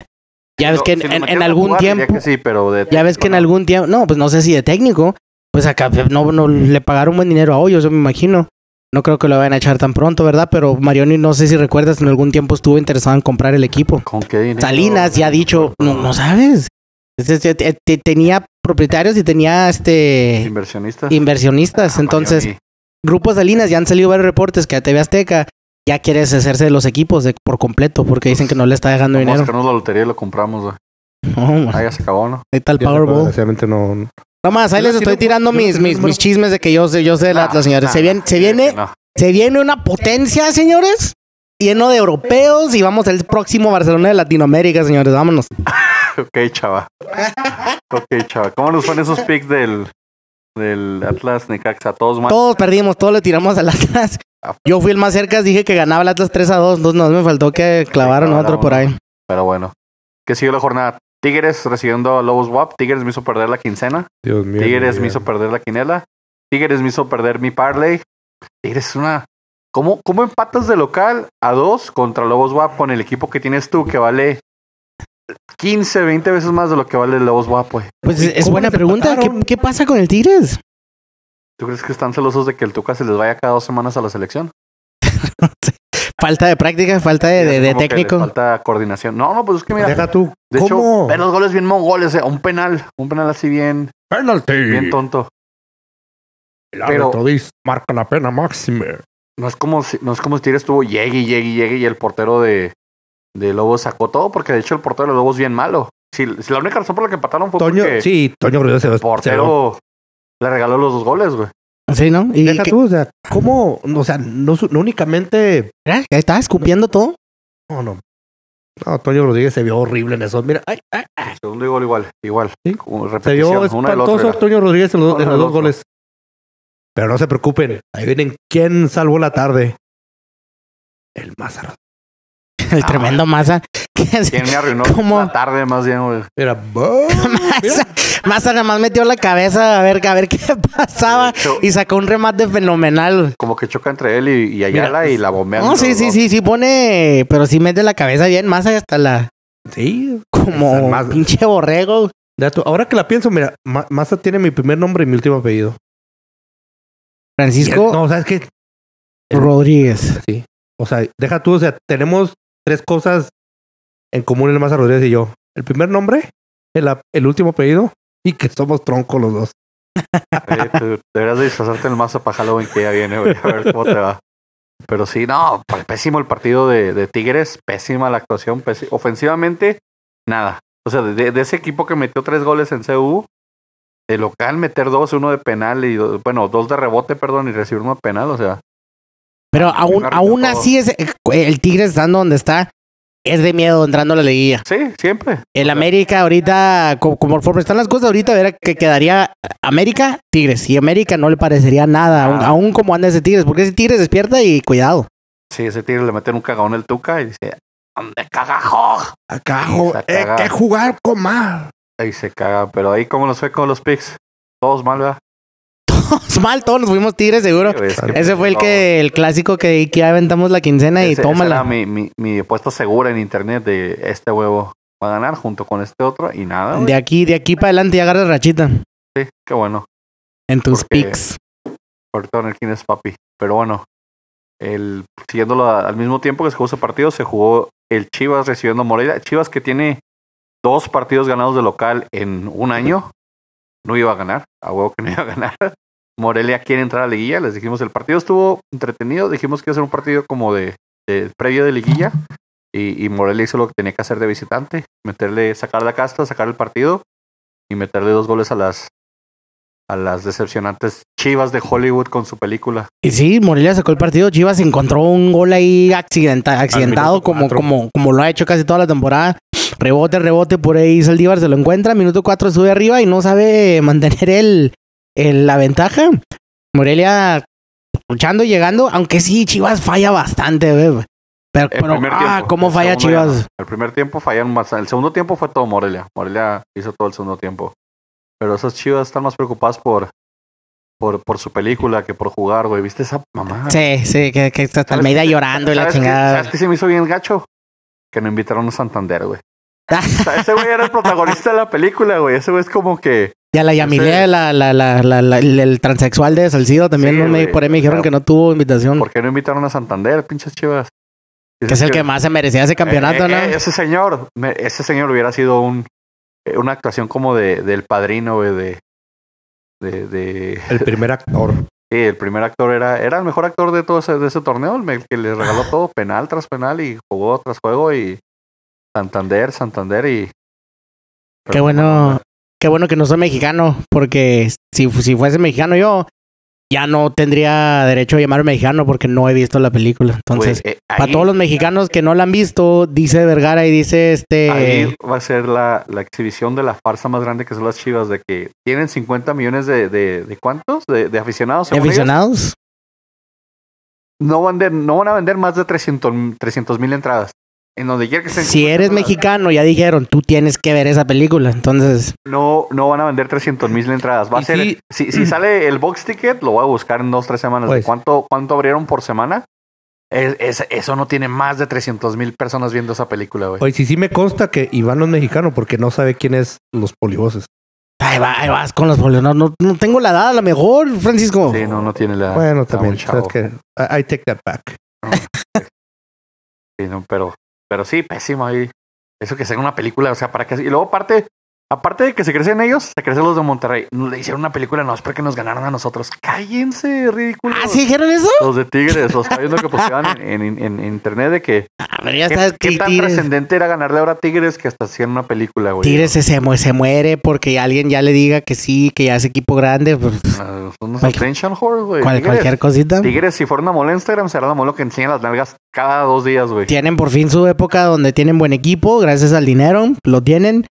Ya Si ves lo- que en, si lo en- en metieron a algún jugar, diría tiempo. que sí, pero de Ya ves que en no. algún tiempo, no, pues no sé si de técnico, pues acá no, no le pagaron buen dinero a Hoyos, yo me imagino. No creo que lo vayan a echar tan pronto, ¿verdad? Pero Marioni, no sé si recuerdas, en algún tiempo estuvo interesado en comprar el equipo. ¿Con qué dinero? Salinas ya ha dicho, no, no sabes. Es- es- es- te- te- tenía propietarios y tenía este Inversionistas. inversionistas. Ah, Entonces, Marioni. Grupo Salinas, ya han salido varios reportes que a TV Azteca ya quiere deshacerse de los equipos de- por completo porque dicen que no le está dejando Vamos a dinero. sacarnos la lotería y lo compramos, güey. No, Ah, ya se acabó, ¿no? ahí está el Ya sé, pero Powerball. Desgraciadamente no. No más, ahí Yo no les sé, estoy no, tirando yo no mis, sé, no, mis, no. mis chismes de que yo sé, yo sé la, Ah, la señora. Se ah, viene, se eh, viene, no. se viene una potencia, señores. Lleno de europeos y vamos al próximo Barcelona de Latinoamérica, señores. Vámonos. Ok, chava. Ok, chava. ¿Cómo nos fueron esos picks del, del Atlas Necaxa? Todos mal. Todos perdimos, todos le tiramos al Atlas. Yo fui el más cerca, dije que ganaba el Atlas 3 a 2. Entonces, no me faltó que clavaron clavaron otro por uno. ahí. Pero bueno. ¿Qué siguió la jornada? Tigres recibiendo a Lobos WAP. Tigres me hizo perder la quincena. Dios mío. Tigres Dios me mío. hizo perder la quinela. Tigres me hizo perder mi parlay. Tigres es una. ¿Cómo, ¿Cómo empatas de local a dos contra Lobos WAP con el equipo que tienes tú que vale 15, 20 veces más de lo que vale el Lobos WAP, güey? Pues ¿Y es- es cómo buena les pregunta. ¿Qué, empataron? qué pasa con el Tigres? ¿Tú crees que están celosos de que el Tuca se les vaya cada dos semanas a la selección? Falta de práctica, falta de, de- de Como que les técnico. Falta coordinación. No, no, pues es que mira. Deja tú. De hecho, ¿Cómo? ver los goles bien mongoles, eh, un penal, un penal así bien, Penalty. bien tonto. El pero- árbitro dice, marca la pena máxima. No es como si, no es como si Tigres tuvo llegue, y llegue, y llegue y el portero de, de Lobos sacó todo, porque de hecho el portero de los Lobos bien malo. Si, si la única razón por la que empataron fue Toño, porque sí, Toño Rodríguez se el portero le regaló los dos goles, güey. Sí, ¿no? Y Deja que- tú, o sea, ¿cómo? O sea, no, su- no únicamente. mira, ahí está escupiendo todo. No, no. No, Toño Rodríguez se vio horrible en eso. Mira, ay, ay, El segundo gol igual, igual. Sí. Como se vio repetición, una del otro. espantoso era. Toño Rodríguez en los, Uno del en los dos otro. goles. Pero no se preocupen, ahí vienen quién salvó la tarde. El Mazarro. El tremendo Maza. (laughs) que se- ¿Quién me (laughs) arruinó ¿Cómo? la tarde más bien, güey? Mira, ¡bum! Mira, Maza nada más metió la cabeza a ver, a ver (laughs) qué Ah, pasaba De hecho, y sacó un remate fenomenal. Como que choca entre él y, y Ayala Mira, y la bombea. No, sí, sí, sí, sí pone, pero sí mete la cabeza bien, Maza y hasta la (laughs) sí. Es el como Maza. pinche borrego. Dato, ahora que la pienso, mira, Ma- Maza tiene mi primer nombre y mi último apellido. Y él- Francisco no, ¿sabes qué? el- Rodríguez. Sí. O sea, deja tú, o sea, tenemos tres cosas en común el Maza Rodríguez y yo. El primer nombre, el, ap- el último apellido y que somos troncos los dos. Eh, tú deberías de disfrazarte el mazo para Halloween que ya viene, güey, a ver cómo te va. Pero sí, no, p- pésimo el partido de, de Tigres, pésima la actuación, pési- ofensivamente, nada. O sea, de, de ese equipo que metió tres goles en CU, de local meter dos, uno de penal y do- bueno, dos de rebote, perdón, y recibir uno de penal, o sea, Pero aún, Arruinó aún todo. así es el Tigres estando donde está. Es de miedo entrando a la liguilla. sí, siempre. El América ahorita, co- como, conforme están las cosas ahorita, verá que quedaría América, Tigres. Y América no le parecería nada, aún, Ah. aún como anda ese Tigres, porque ese Tigres despierta y cuidado. (laughs) Sí, ese Tigres le meten un cagón el Tuca y dice, ¡Ande cagajo! Acá, jo- eh, que jugar con más. Ahí se caga, pero ahí cómo nos fue con los picks. Todos mal, ¿verdad? Mal, todos nos fuimos Tigres, seguro. Sí, güey, es que- Ese fue el no. que el clásico que, que aventamos la quincena y Ese- esa era tómala. mi, mi, mi apuesta segura en internet de este huevo va a ganar junto con este otro y nada. güey. De aquí, de aquí para adelante y agarra rachita Sí, qué bueno. en tus Porque- picks. Ahorita van a ver quién es papi. Pero bueno, el, siguiéndolo a- al mismo tiempo que se jugó ese partido, se jugó el Chivas recibiendo a Morelia. Chivas que tiene dos partidos ganados de local en un año. No iba a ganar. A huevo que no iba a ganar. (laughs) Morelia quiere entrar a liguilla. Les dijimos, el partido estuvo entretenido. Dijimos que iba a ser un partido como de, de previo de liguilla. Y, y Morelia hizo lo que tenía que hacer de visitante. Meterle, sacar la casta, sacar el partido. Y meterle dos goles a las a las decepcionantes chivas de Hollywood con su película. Y sí, Morelia sacó el partido. Chivas encontró un gol ahí accidenta- accidentado, minuto como, cuatro. como, como lo ha hecho casi toda la temporada. Rebote, rebote, por ahí Saldívar se lo encuentra. Minuto 4 sube arriba y no sabe mantener el, el- la ventaja. Morelia luchando y llegando, aunque sí, Chivas falla bastante, güey. Pero, El pero, primer ah, tiempo, cómo el falla segundo Chivas. ya no. El primer tiempo fallaron más. El segundo tiempo fue todo Morelia. Morelia hizo todo el segundo tiempo. Pero esas chivas están más preocupadas por, por, por su película que por jugar, güey. ¿Viste esa mamá? Sí, sí, que, que hasta ¿Sabes Almeida qué? llorando y la ¿Sabes qué- chingada. ¿Sabes qué se me hizo bien gacho? Que no (laughs) (laughs) invitaron a Santander, güey. O sea, ese güey era el protagonista de la película, güey. Ese güey es como que Y a la Yamilé, Ese- la, la, la, la, la- el, el transexual de Salcido también, Sí, no me- güey, por ahí me o dijeron sea, que no tuvo invitación. ¿Por qué no invitaron a Santander, pinches chivas? Que es el que más se merecía ese campeonato, Eh, ¿no? eh, ese señor, me- ese señor hubiera sido un eh, una actuación como de del padrino, güey, de de, de- El primer actor. sí, el primer actor era era el mejor actor de todo ese, de ese torneo, el que le regaló Ah. todo penal tras penal y jugó tras juego y Santander, Santander y Qué bueno, qué bueno que no soy mexicano, porque si, fu- si fuese mexicano yo, ya no tendría derecho a llamarme mexicano porque no he visto la película. Entonces, eh, para todos los mexicanos que no la han visto, dice Vergara y dice este... Ahí va a ser la, la exhibición de la farsa más grande que son las chivas, de que tienen 50 millones de, de, de cuántos? De, de aficionados. ¿de según ellos. aficionados? No, van de- no van a vender más de 300 mil entradas. En donde quiera que estén. Si 50 eres entradas, mexicano, ya dijeron, tú tienes que ver esa película. Entonces, No, no van a vender 300 mil entradas. Va a Y ser. sí- mm. Si, si sale el box ticket, lo voy a buscar en dos, tres semanas. Pues. ¿Cuánto, ¿Cuánto abrieron por semana? Es- es- eso no tiene más de 300 mil personas viendo esa película, güey. Oye, sí, sí me consta que Iván no es mexicano porque no sabe quién es los polivoces. ahí, va- ahí vas con los boleros. No, no, no tengo la edad, a lo mejor, Francisco. Sí, no, no tiene la. bueno, Ah, está también. muy chavo. ¿sabes qué? I, I take that back. Sí, no, pero, pero sí, pésimo ahí. Eso que sea una película, o sea, para que. Y luego, aparte, aparte de que se crecen ellos, se crecen los de Monterrey. No Le hicieron una película, no es porque nos ganaron a nosotros. Cállense, ridículos. ¿Ah, sí dijeron eso? Los de Tigres, los estaba viendo que posteaban en, en- en- en internet de que. A ver, ya ¿Qué, sabes qué que tan Tigres, trascendente era ganarle ahora a Tigres que hasta hacían una película, güey? Tigres se, se mu- se muere porque alguien ya le diga que sí, que ya es equipo grande. pues, Ah, Son unos Cual- attention whores, güey. cual- Tigres- cualquier cosita. Tigres, si fueron a mola Instagram, será la mola que enseña las nalgas cada dos días, güey. Tienen por fin su época donde tienen buen equipo, gracias al dinero, lo tienen.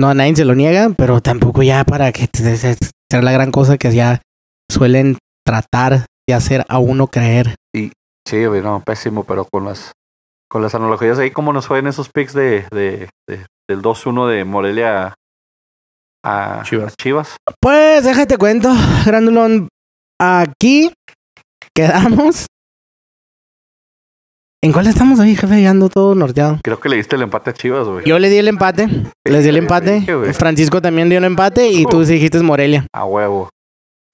No, nadie se lo niega, pero tampoco ya para que te- te- te- sea la gran cosa que ya suelen tratar de hacer a uno creer. Sí, güey, no, pésimo, pero con las con las analogías ahí, ¿cómo nos fue en esos picks de, de, de- del 2-1 de Morelia a a Chivas. Chivas? Pues déjate cuento, Grandulón. Aquí quedamos. ¿En cuál estamos ahí, jefe? Ya ando todo norteado. Creo que le diste el empate a Chivas, güey. Yo le di el empate. Les di el Sí, empate. dije, güey. Francisco también dio el empate y tú sí dijiste Morelia. A huevo.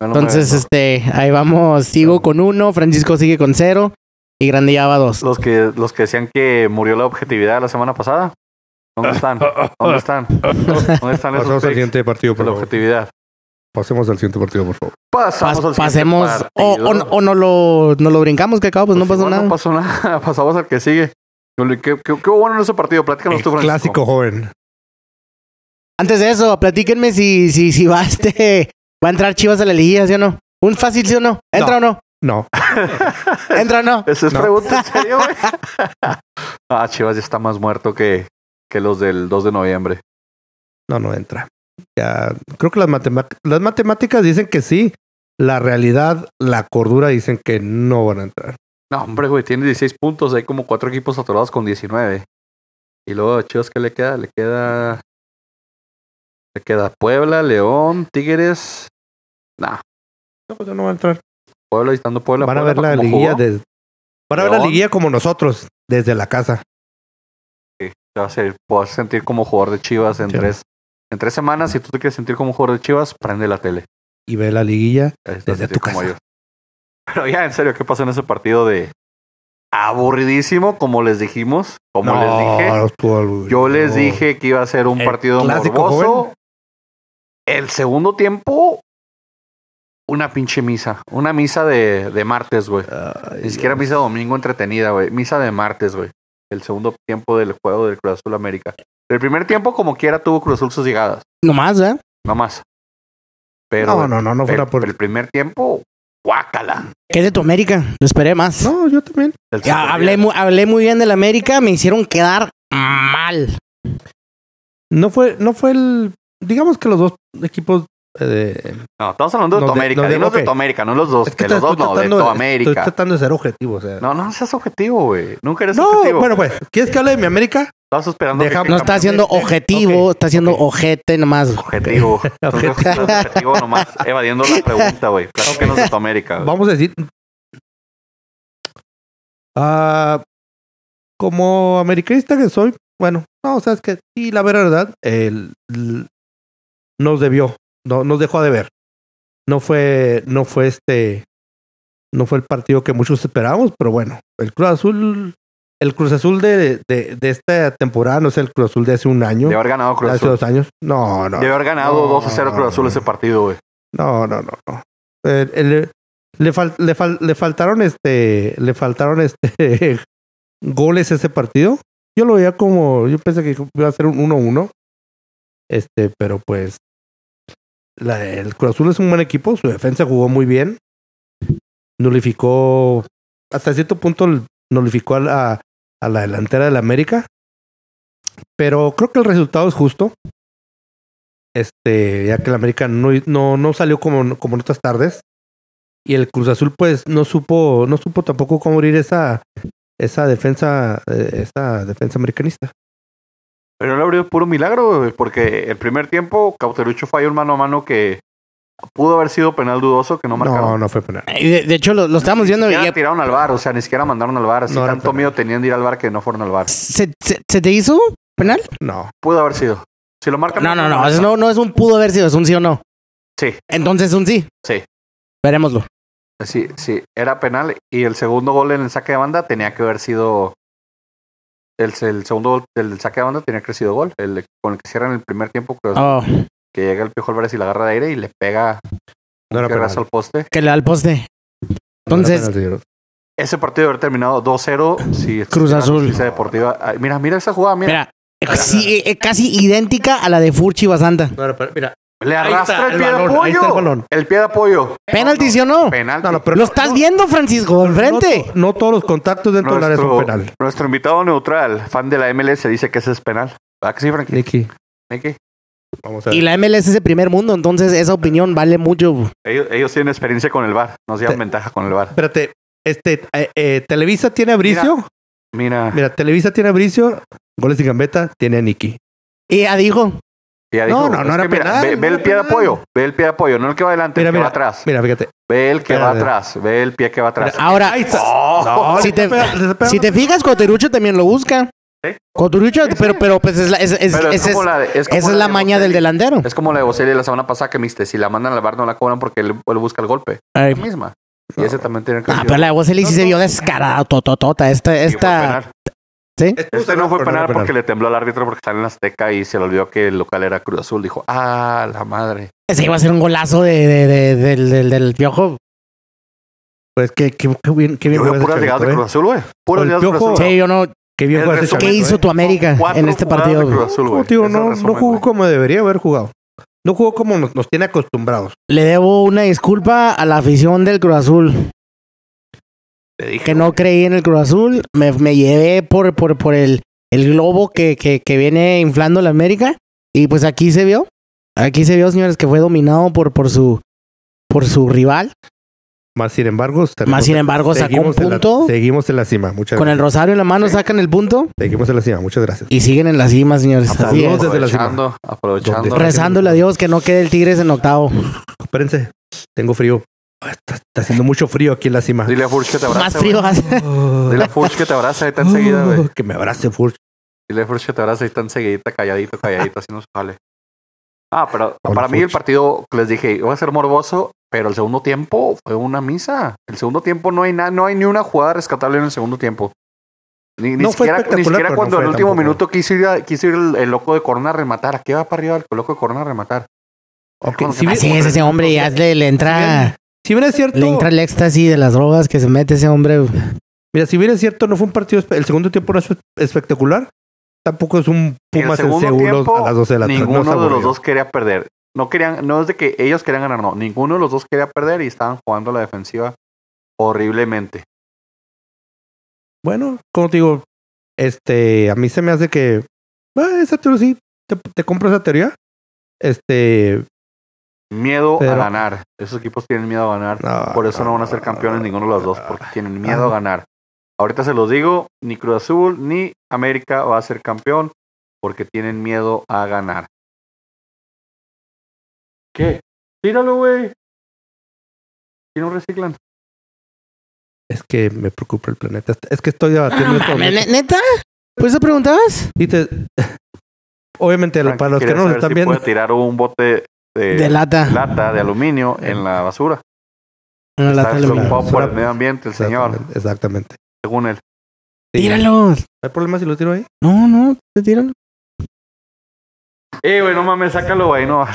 Menos Entonces, mal, este, ahí vamos. Sigo con uno, Francisco sigue con cero y Grande ya va dos. ¿no? los que los que decían que murió la objetividad la semana pasada. ¿Dónde están? ¿Dónde están? ¿Dónde están esos Pasemos al picks siguiente partido, de por la favor. objetividad? Pasemos al siguiente partido, por favor. Pasamos Pas- al siguiente pasemos o, partido. o no- o no lo, no lo brincamos, que acabo, pues, no Pues pasó igual nada. No pasó nada. (laughs) Pasamos al que sigue. ¿Qué, qué, qué hubo bueno en ese partido? Platícanos El tú, Francisco. clásico joven. Antes de eso, platíquenme si, si, si va este, (laughs) va a entrar Chivas a la liguilla, ¿sí o no? Un fácil, ¿sí o no? ¿Entra o No. no? ¿Entra o no? Esa es No. pregunta en (laughs) serio, güey. (laughs) ah, Chivas ya está más muerto que, que los del 2 de noviembre. No, no entra. Ya, creo que las, matema- las matemáticas dicen que sí. La realidad, la cordura dicen que no van a entrar. No, hombre, güey, tiene 16 puntos. Hay como cuatro equipos saturados con 19. Y luego, Chivas, ¿qué le queda? Le queda. Le queda Puebla, León, Tigres. No, pues no van a entrar. Puebla visitando Puebla. Van a Puebla, ver la ¿cómo liguilla jugó? desde. Van a ver la León. liguilla como nosotros, desde la casa. Te vas a ser- vas a sentir como jugador de Chivas en Chivas. tres. En tres semanas, si tú te quieres sentir como jugador de Chivas, prende la tele. Y ve la liguilla. Ahí está, Desde sí, tu como casa. yo. Pero ya, en serio, ¿qué pasó en ese partido de aburridísimo? Como les dijimos, como les dije. no estuvo- Yo les no. dije que iba a ser un El partido clásico, morboso. joven. El segundo tiempo, una pinche misa. Una misa de, de martes, güey. Ay, Ni siquiera misa de domingo entretenida, güey. Misa de martes, güey. El segundo tiempo del juego del Cruz Azul América. El primer tiempo, como quiera, tuvo Cruz Azul sus llegadas. Nomás, ¿eh? No más. Pero No, no, no, no el, fuera por. el primer tiempo, guácala. ¿Qué de tu América? Lo esperé más. No, yo también. El Ya, Super hablé, mu- hablé muy bien del América, me hicieron quedar mal. No fue, no fue el. Digamos que los dos equipos. eh, No, estamos hablando de Nos de- Toamérica. nos de- Dinos ok. de Toamérica, no los dos. es que de Pues los estoy dos no, de tratando- Estoy Toamérica. tratando de ser objetivo. O sea. No, No, no seas objetivo, güey. Nunca eres objetivo. bueno, pues. ¿Quieres que hable de mi América? Estabas esperando Deja- que No está siendo objetivo, está siendo ok. ojete nomás. (laughs) güey. objetivo. Entonces, Objetivo. estás objetivo nomás evadiendo la pregunta, güey. Platícanos de Toamérica. güey. Vamos a decir. Ah, como americanista que soy, bueno, no, sabes que sí, la verdad, el, l- nos debió. no nos dejó de ver. No fue, no fue este, no fue el partido que muchos esperábamos, pero bueno, el Cruz Azul, el Cruz Azul de, de, de esta temporada no es el Cruz Azul de hace un año, Debe haber ganado Cruz hace Azul. dos años. No, no, Debe haber ganado No. 2 a 0 Cruz Azul ese partido, güey. no, no, no. no. Eh, el- le, fal- le, fal- le faltaron este, le faltaron este (laughs) goles ese partido. Yo lo veía como, yo pensé que iba a ser un 1-1. Este, pero pues la- el Cruz Azul es un buen equipo, su defensa jugó muy bien. Nulificó hasta cierto punto l- nulificó a la, a la delantera del América. Pero creo que el resultado es justo. Este, ya que el América no, no, no salió como, como en otras tardes. Y el Cruz Azul, pues, no supo, no supo tampoco cómo abrir esa, esa defensa, eh, esa defensa americanista. Pero le abrió puro milagro, güey, porque el primer tiempo Cauterucho falló un mano a mano que pudo haber sido penal dudoso que no marcaron. No, no fue penal. Y De, de hecho, lo, lo estábamos viendo. Ni y- siquiera tiraron al bar, o sea, ni siquiera mandaron al bar. Así No era tanto penal. miedo tenían de ir al bar que no fueron al bar. ¿se, se, se te hizo penal? No. Pudo haber sido. Si lo marcan. No, no, no. marcan. eso no, no es un pudo haber sido, es un sí o no. Sí, Entonces, un sí. Sí. Veremoslo. sí, sí. Era penal. Y el segundo gol en el saque de banda tenía que haber sido. El, el segundo gol del saque de banda tenía que haber sido gol. El, con el que cierran el primer tiempo, que, Oh, que llega el Piojo Álvarez y la agarra de aire y le pega No era que penal. raza al poste. que le da el poste. No era Entonces- penal, señor. Ese partido haber terminado 2-0. Si Cruz si la Azul. justicia deportiva. Ay, Mira, mira esa jugada. Mira. Mira, sí, eh, eh, casi idéntica a la de Furchi Basanta. No era penal. Mira, Le ahí arrastra el está el pie de balón, ahí está el apoyo. balón. El pie de apoyo. ¿Penalti sí o no? Penal. No, no, pero- Lo estás viendo, Francisco, enfrente. No, to- no todos los contactos dentro del área son penal. nuestro invitado neutral, fan de la MLS, dice que ese es penal. ¿Verdad que sí, Frankie? Nicky, Nicky. vamos a ver. Y la MLS es de primer mundo, entonces esa opinión vale mucho. Ellos, ellos tienen experiencia con el bar. Nos llevan Te- ventaja con el bar. Espérate, este, eh, eh, Televisa tiene a Bricio. Mira. Mira, Televisa tiene a Bricio. Goles y gambeta tiene a Nicky. Y ya dijo, ya no, dijo, no, no es era que mira, penal, ve- Ve, no era el pie de penal. apoyo. Ve el pie de apoyo. No el que va adelante, Mira, el que mira, va atrás. Mira, fíjate. Ve el que va espérate. atrás. Ve el pie que va atrás. ahora, Ahí está. Oh, No, si le te- está pegando, le está pegando. si te fijas, Coterucho también lo busca. ¿Eh? Coterucho, sí. pero, pero pues es la, es- es- pero ese es es- como la de- es como esa es la de maña del Bocelli. delantero. Es como la de Bocelli la semana pasada que miste. Si la mandan al bar, no la cobran porque él, él busca el golpe. Ay. La misma. Y ese también tiene que Ah, haber pero sido- la de Bocelli sí se vio descarada, tototota. Esta, Sí, fue esta, penal. Este Expulsa, no fue pero penal era porque le tembló al árbitro porque sale en Azteca y se le olvidó que el local era Cruz Azul. Dijo, ah, la madre. se iba a ser un golazo de, de- de- del, del, del piojo. Pues que, que, que bien, que bien Yo veo juega ese puras llegadas de chavito, Cruz Azul, güey. Puras El llegadas de Cruz Piojo- Azul. Sí, yo no. ¿eh? Qué bien El juega ese resumen, ¿Qué chavito, hizo eh. tu América Cuatro en este jugadas partido? de Cruz Azul, Como güey. te digo, Es el no, no resumen, jugó güey. como debería haber jugado. No jugó como nos, nos tiene acostumbrados. Le debo una disculpa a la afición del Cruz Azul, Te dije, que no creí en el Cruz Azul. Me, me llevé por, por, por el, el globo que, que, que viene inflando la América. Y pues aquí se vio. Aquí se vio, señores, que fue dominado por, por su por su rival. Más sin embargo, Más sin embargo, sacó un seguimos en la- punto. seguimos en la cima. Muchas Con el gracias. rosario en la mano Sí. sacan el punto Seguimos en la cima. Muchas gracias. y siguen en la cima, señores. Hasta Así luego, es. desde la cima. aprovechando, aprovechando. ¿Dónde está? Rezándole a Dios que no quede el Tigres en octavo. Espérense. Tengo frío. Ah, Está, está haciendo mucho frío aquí en la cima. (laughs) Dile a Furch que te abrace. Más frío güey. hace. Oh, Dile a Furch que te abrace ahí tan oh, seguida, güey. que me abrace, Furch. Dile a Furch que te abrace ahí tan seguidita, calladito, calladito, así no se vale. Ah, pero Hola, para mí el Furch. partido, les dije, iba a ser morboso, pero el segundo tiempo fue una misa. El segundo tiempo no hay nada, no hay ni una jugada rescatable en el segundo tiempo. Ni, ni No fue siquiera, espectacular, ni siquiera pero no cuando fue el último tampoco. minuto quiso ir, a- quiso ir el, el loco de Corona a rematar. ¿A qué va para arriba el loco de Corona a rematar? Ok, Con- si bien- Así es, ese hombre ya le, le entra, Si bien es cierto, le entra el éxtasis de las drogas que se mete ese hombre. mira, si bien es cierto, no fue un partido. espe- El segundo tiempo no es espectacular. Tampoco es un Y el Pumas en segundo seguros tiempo, a las 12 de la tarde. Ninguno No, está de los aburrido. dos quería perder. No querían, no es de que ellos querían ganar, no. Ninguno de los dos quería perder y estaban jugando la defensiva horriblemente. Bueno, como te digo, este, a mí se me hace que ah, esa teoría sí, te, te compro esa teoría. Este, Miedo a Pero- ganar. Esos equipos tienen miedo a ganar. no, Por eso no van a ser campeones ninguno de los dos, porque tienen miedo a ganar. Ahorita se los digo, ni Cruz Azul ni América va a ser campeón porque tienen miedo a ganar. ¿Qué? Tíralo, güey. Si no reciclan. Es que me preocupa el planeta. Es que estoy No, debatiendo esto. mames, ¿ne- ¿Neta? ¿Por eso preguntabas? Y te- Obviamente, Frankie para los que quería no nos saber están si viendo, Puede tirar un bote de, de lata. eh, lata de aluminio en la basura. Una Está Ah, lata de aluminio. preocupado por el Basura. medio ambiente, el señor, Exactamente, Exactamente. según él. Sí. Tíralos. ¿Hay problema si lo tiro ahí? No, no, (laughs) te tíralo. Eh, güey, no mames, sácalo, güey, no. (laughs)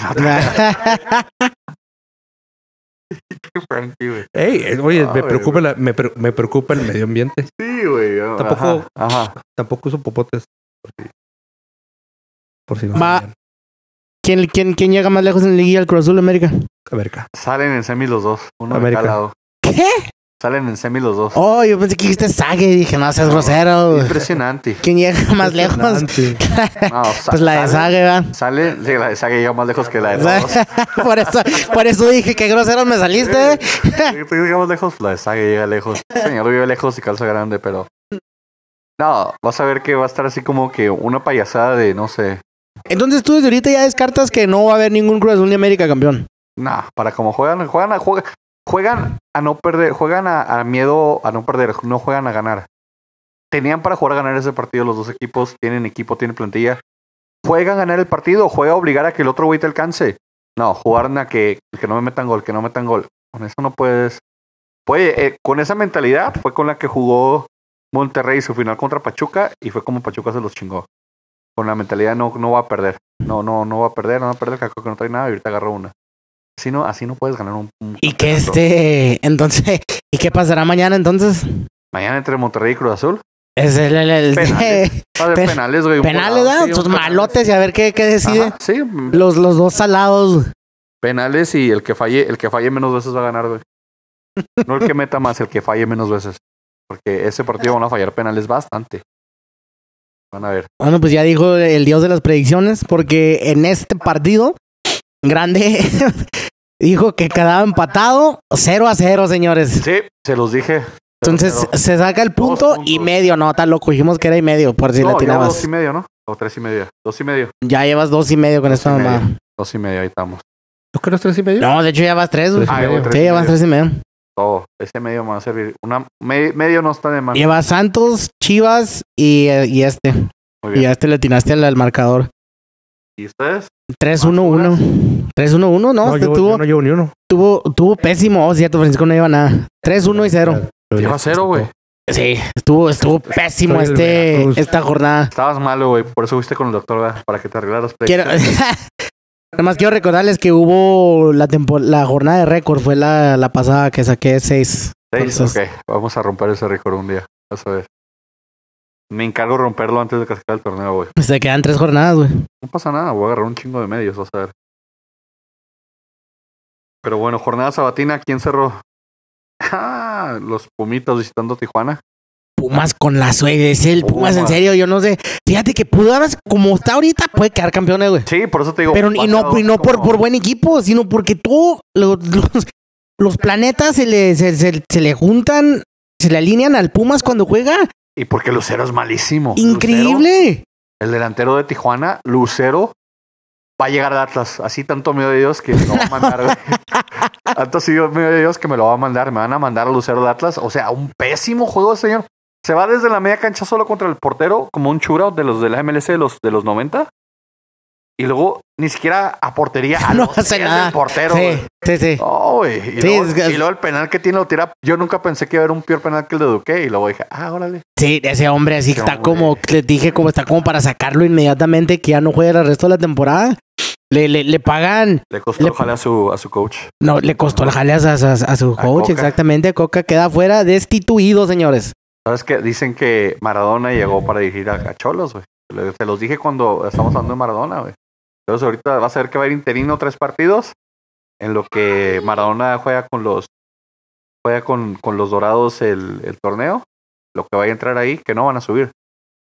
Frankie, güey. Ey, eh, oye, Ah, me, güey, preocupa la- me, pre- me preocupa el medio ambiente. Sí, güey. ah, Tampoco- Ajá. ajá. Tampoco uso popotes. Por si no. Va. sabían. ¿Quién, quién, ¿Quién llega más lejos en la liguilla al Cruz Azul América? A ver acá. Salen en semis los dos. Uno de América. cada lado. ¿Qué? Salen en semis los (laughs) dos. Oh, yo pensé que dijiste Sague. Dije, no seas grosero. güey. Impresionante. (laughs) ¿Quién llega más lejos? Impresionante. No, sa- Pues la salen- de Sague, va. Sale, sí, la de Saga llega más lejos que la (laughs) de todos. por, eso, por eso dije que grosero me saliste. ¿eh? Sí, pues llegamos lejos, la de Saga llega lejos. El señor vive lejos y calza grande, pero. No, vas a ver que va a estar así como que una payasada de, no sé. Entonces tú desde ahorita ya descartas que no va a haber ningún Cruz Azul ni América campeón. Nah, para como juegan, juegan a, juegan, juegan a no perder, juegan a, a miedo a no perder, no juegan a ganar. Tenían para jugar a ganar ese partido los dos equipos, tienen equipo, tienen plantilla. Juega a ganar el partido, juega a obligar a que el otro güey te alcance. No, jugar a que, que no me metan gol, que no me metan gol. Con eso no puedes. Puede, eh, con esa mentalidad fue con la que jugó Monterrey su final contra Pachuca y fue como Pachuca se los chingó. Con la mentalidad no, no va a perder. No, no, no va a perder, no va a perder, caco que no trae nada y ahorita agarró una. Así no, así no puedes ganar un, un Y que campeonato. este, entonces, ¿y qué pasará mañana entonces? Mañana entre Monterrey y Cruz Azul. Es el, el- el- Penales. Va a haber Pe- penales, güey. un (laughs) penales, volado, ¿verdad? sí, Sus un penales. malotes ¿eh? y a ver qué, qué decide. Ajá, sí, mm, Los, los dos salados. penales y el que falle, el que falle menos veces va a ganar, güey. No (laughs) el que meta más, el que falle menos veces. Porque ese partido van a fallar penales bastante. Van a ver. Bueno, pues ya dijo el dios de las predicciones, porque en este partido, grande, (laughs) dijo que quedaba empatado 0 a 0, señores. Sí, se los dije. Entonces Cero, cero. se saca el punto y puntos. medio, no, tan loco, dijimos que era y medio, por si No, le ya tirabas. dos y medio, ¿no? O tres y medio. Dos y medio. Ya llevas dos y medio con esta y medio. mamá. Dos y medio, ahí estamos. ¿Tú crees tres y medio? No, de hecho ya vas tres, güey. Tres y Sí, medio, tres y llevas medio. tres y medio. Todo. Ese medio me va a servir. Una, me- medio no está de más. Llevas Santos, Chivas y, eh, y este. Muy Y bien. a este le atinaste al, al marcador. ¿Y ustedes? 3-1-1. 3-1-1, no, No, este yo, tuvo, yo no llevo ni uno. tuvo, tuvo pésimo. Oh, cierto, Francisco no lleva nada. 3-1 y 0. Lleva cero, güey. Sí, estuvo, estuvo pésimo Soy del este, Veracruz. esta jornada. Estabas malo, güey. Por eso fuiste con el doctor, ¿verdad? Para que te arreglaras. Quiero, (laughs) (laughs) nada más quiero recordarles que hubo la, tempo- la jornada de récord, fue la, la pasada que saqué 6. Seis, Entonces- ok, vamos a romper ese récord un día. Vas a ver. Me encargo de romperlo antes de que se acabe el torneo, güey. Pues Se quedan tres jornadas, güey. No pasa nada, voy a agarrar un chingo de medios, vas a ver. Pero bueno, jornada sabatina, ¿quién cerró? (laughs) Ah, los Pumitas visitando Tijuana. Pumas con la suerte. Es el Pumas, en Pumas. serio, yo no sé. Fíjate que Pumas, como está ahorita, puede quedar campeones, güey. Sí, por eso te digo. Pero y no, pasados y no por, como- por buen equipo, sino porque todo lo- los, los planetas se le, se, se- se le juntan, se le alinean al Pumas cuando juega. Y porque Lucero es malísimo. Lucero, Increíble. el delantero de Tijuana, Lucero, va a llegar al Atlas. Así tanto miedo de Dios que me lo va a mandar, (laughs) güey. Tanto así miedo de Dios que me lo va a mandar. Me van a mandar a Lucero de Atlas. O sea, un pésimo juego, señor. Se va desde la media cancha solo contra el portero, como un churro de los de la MLS de los, de los 90. Y luego ni siquiera a portería. A (laughs) No los hace pies nada. del portero, Sí, güey. Oh. sí, sí. No, güey. Y, Sí, luego, es que- y luego el penal que tiene lo tira. Yo nunca pensé que iba a haber un peor penal que el de Duque. Y luego dije, ah, órale. Sí, ese hombre así Ese está hombre. como, les dije, como está como para sacarlo inmediatamente, que ya no juega el resto de la temporada. Le, le, le pagan, Le costó Le- ojalá a su, a su coach. no, le costó el jale a, a- a su A coach, Coca. exactamente. Coca queda fuera, destituido, señores. ¿Sabes qué? Dicen que Maradona llegó para dirigir a, a Cholos, güey. Le- Te los dije cuando estamos hablando de Maradona, güey. Entonces ahorita vas a ver que va a ir interino tres partidos en lo que Maradona juega con los juega con, con los dorados el, el torneo. Lo que vaya a entrar ahí, que no van a subir.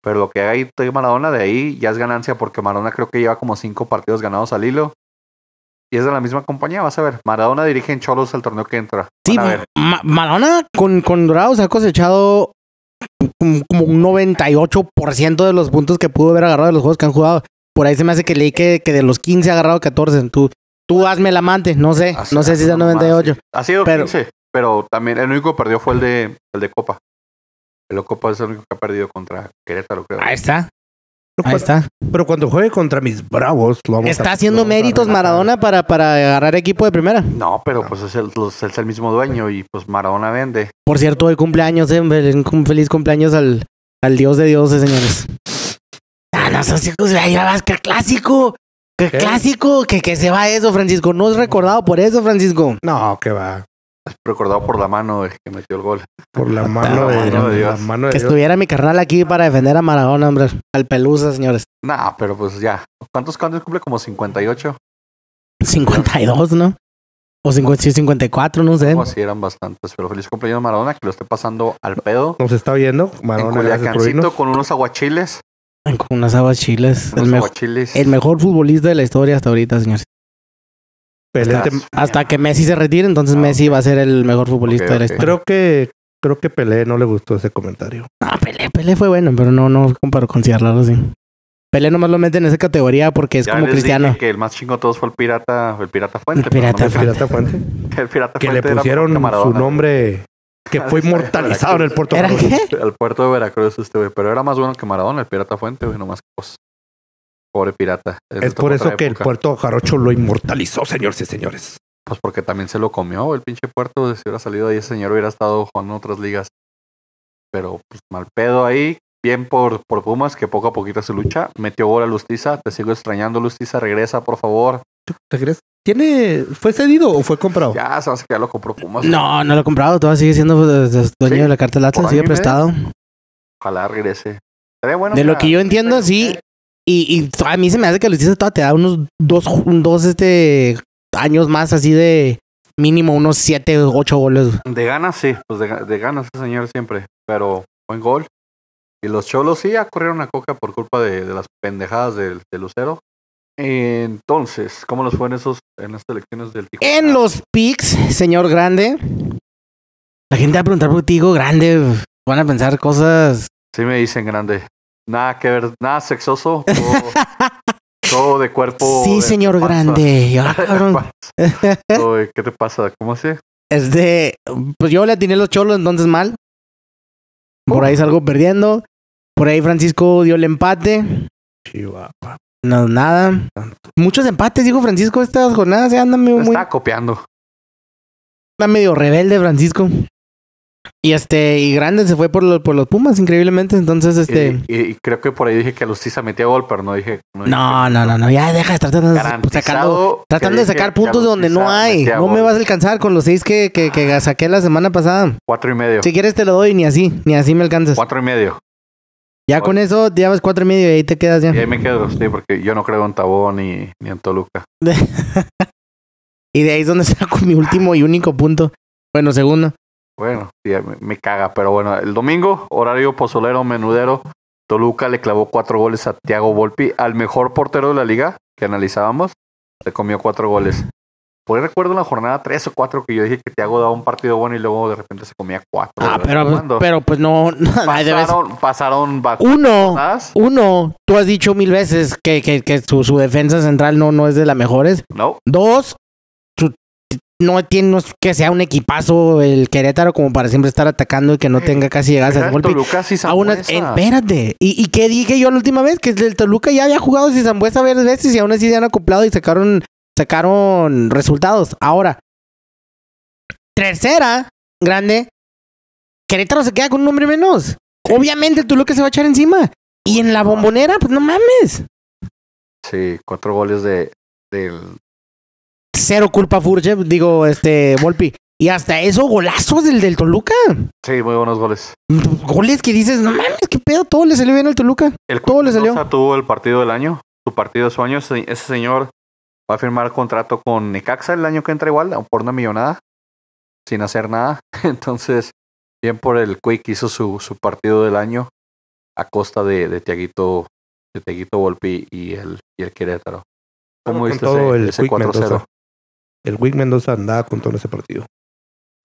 Pero lo que haga ahí de Maradona, de ahí ya es ganancia porque Maradona creo que lleva como cinco partidos ganados al hilo. Y es de la misma compañía, vas a ver. Maradona dirige en Cholos el torneo que entra. Sí, Van a ver. Ma- Maradona con, con Dorados ha cosechado como como un 98% de los puntos que pudo haber agarrado de los juegos que han jugado. Por ahí se me hace que leí que, que de los 15 ha agarrado 14. Tú, tú hazme el amante, no sé, Así- no sé si así sea nomás, 98. sí. Ha sido Pero- 15, pero también el único que perdió fue el de, el de Copa. El de Copa es el único que ha perdido contra Querétaro, creo. Ahí está. Pero, Ahí cuando, está. pero cuando juegue contra mis bravos, lo vamos Está a- haciendo lo vamos a méritos regalar. Maradona para, para agarrar equipo de primera. No, pero pues es el, los- es el mismo dueño y pues Maradona vende. Por cierto, hoy cumpleaños, eh, un cum- feliz cumpleaños al, al dios de dioses, señores. Ah, no, eso sí, pues, ahí la vas, qué clásico. Qué ¿Qué? clásico, que, que se va eso, Francisco. No es recordado por eso, Francisco. No, que va. Recordado por la mano eh, que metió el gol. Por la mano La de, mano de la Dios. mano de Que Dios. estuviera mi carnal aquí para defender a Maradona, hombre. Al Pelusa, señores. Nah, pero pues ya. ¿Cuántos cambios cumple? Como 58. 52, ¿no? O 50, sí, 54, no sé. O así eran bastantes. Pero feliz cumpleaños Maradona que lo esté pasando al pedo. Nos está viendo. En Maradona, gracias por Culiacancito oírnos. con unos aguachiles. Con unas habas chiles. El, Unos mejor aguachiles. el mejor futbolista de la historia hasta ahorita, señores. Pelé te- Estás- Hasta que Messi se retire, entonces Ah, Messi va a ser el mejor futbolista Ok, de la ok. historia. Creo que creo que Pelé no le gustó ese comentario. No, Pelé, Pelé fue bueno, pero no, no como para considerarlo así. Pelé nomás lo mete en esa categoría porque es Ya como les dije cristiano. que el más chingo de todos fue el pirata, el pirata Fuente. El pero pirata no me- Pirata (laughs) Fuente. el pirata Que le Fuente era pusieron porque Maradona- su nombre (laughs) que fue inmortalizado en el Puerto ¿Era Rico. qué? Al puerto de Veracruz, este güey. Pero era más bueno que Maradona, el pirata Fuente, güey. Nomás que pues. Pobre pirata. Él le Es tocó por otra eso que el época. Puerto Jarocho lo inmortalizó, señores y señores. Pues porque también se lo comió el pinche puerto. güey. Si hubiera salido ahí, ese señor hubiera estado jugando en otras ligas. Pero pues mal pedo ahí. Bien por, por Pumas, que poco a poquito se lucha. Metió gol a Lustiza. Te sigo extrañando, Lustiza. Regresa, por favor. ¿Te crees? ¿Tiene, ¿Fue cedido o fue comprado? Ya, se va a quedar loco por Pumas. No, no lo he comprado. Todavía sigue siendo pues, dueño Sí, de la carta del Atlas, por sigue año y medio. prestado. Ojalá regrese. Estaría bueno, De lo mira, que yo entiendo, pero- sí. Y, y a mí se me hace que Luis Díaz todavía te da unos dos, dos este, años más así de mínimo unos siete, ocho goles. De ganas, sí. Pues de, ga- de ganas ese señor siempre. Pero buen gol. Y los cholos sí ya corrieron a Coca por culpa de, de las pendejadas del de Lucero. Entonces, ¿cómo nos fue en, esos, en las elecciones del Tijuana? En los picks, señor grande. La gente va a preguntar por ti, digo grande. Van a pensar cosas. Sí me dicen grande. Nada que ver, nada sexoso. Todo, (laughs) todo de cuerpo. sí, de señor panza. (laughs) grande. Ah, cabrón. Oye, ¿Qué te pasa? ¿Cómo así? Este, pues yo le atiné los cholos, entonces mal. Por Oh. ahí salgo perdiendo. Por ahí Francisco dio el empate. Chihuahua. No, nada. Muchos empates, dijo Francisco, estas jornadas. Ya anda medio, muy, Está copiando. anda medio rebelde, Francisco. Y este, y grande se fue por, los por los Pumas, increíblemente. Entonces, este. Y, y- y creo que por ahí dije que Lustiza metía gol, pero no dije. No, no, no, no. Ya deja de estar tratando, Garantizado Pues, sacando, que tratando de dije sacar que puntos de donde no Alustiza hay. metía No me gol. vas a alcanzar con los seis que, que, que saqué la semana pasada. Cuatro y medio. Si quieres te lo doy, ni así, ni así me alcanzas. Cuatro y medio. (laughs) Ya con eso ya vas cuatro y medio y ahí te quedas ya. Y ahí me quedo, sí, porque yo no creo en Tabó ni, ni en Toluca. (laughs) Y de ahí es donde (laughs) saco mi último y único punto. Bueno, segundo. Bueno, sí, me, me caga, pero bueno, el domingo, horario pozolero, menudero. Toluca le clavó cuatro goles a Thiago Volpi, al mejor portero de la liga que analizábamos. Le comió cuatro goles. Por ahí recuerdo en la jornada tres o cuatro que yo dije que Thiago daba un partido bueno y luego de repente se comía cuatro. Ah, de vez en pero, cuando. pero pues no. (laughs) no, ay, de Pues, vez- pasaron, Ah. pasaron vacunas. Uno, uno, tú has dicho mil veces que, que, que su, su defensa central no, no es de las mejores. No, Dos, su- no tiene no es que sea un equipazo el Querétaro como para siempre estar atacando y que no Eh, tenga casi llegadas era al el golpe. Toluca sí Aún Zambuesa. así- espérate. ¿Y, ¿Y qué dije yo la última vez? Que el Toluca ya había jugado sin Zambuesa varias veces y aún así se han acoplado y sacaron, sacaron resultados. Ahora, tercera, grande, Querétaro se queda con un hombre menos. Obviamente el Toluca se va a echar encima. Y en la bombonera, pues no mames. Sí, cuatro goles de, del Cero culpa Furchev, digo, este, Volpi. Y hasta eso, golazos del, del Toluca. Sí, muy buenos goles. Goles que dices, no mames, qué pedo, todo le salió bien al Toluca. El Todo le salió. Mendoza tuvo el partido del año, su partido de sueño. Ese ese señor va a firmar contrato con Necaxa el año que entra igual, por una millonada, sin hacer nada. (laughs) Entonces, bien por el Quick hizo su, su partido del año a costa de, de Tiaguito de Tiaguito Volpi y el, y el Querétaro. ¿Cómo Con viste todo ese, el ese Quick 4-0? Mendoza. El Wick Mendoza andaba con todo ese partido.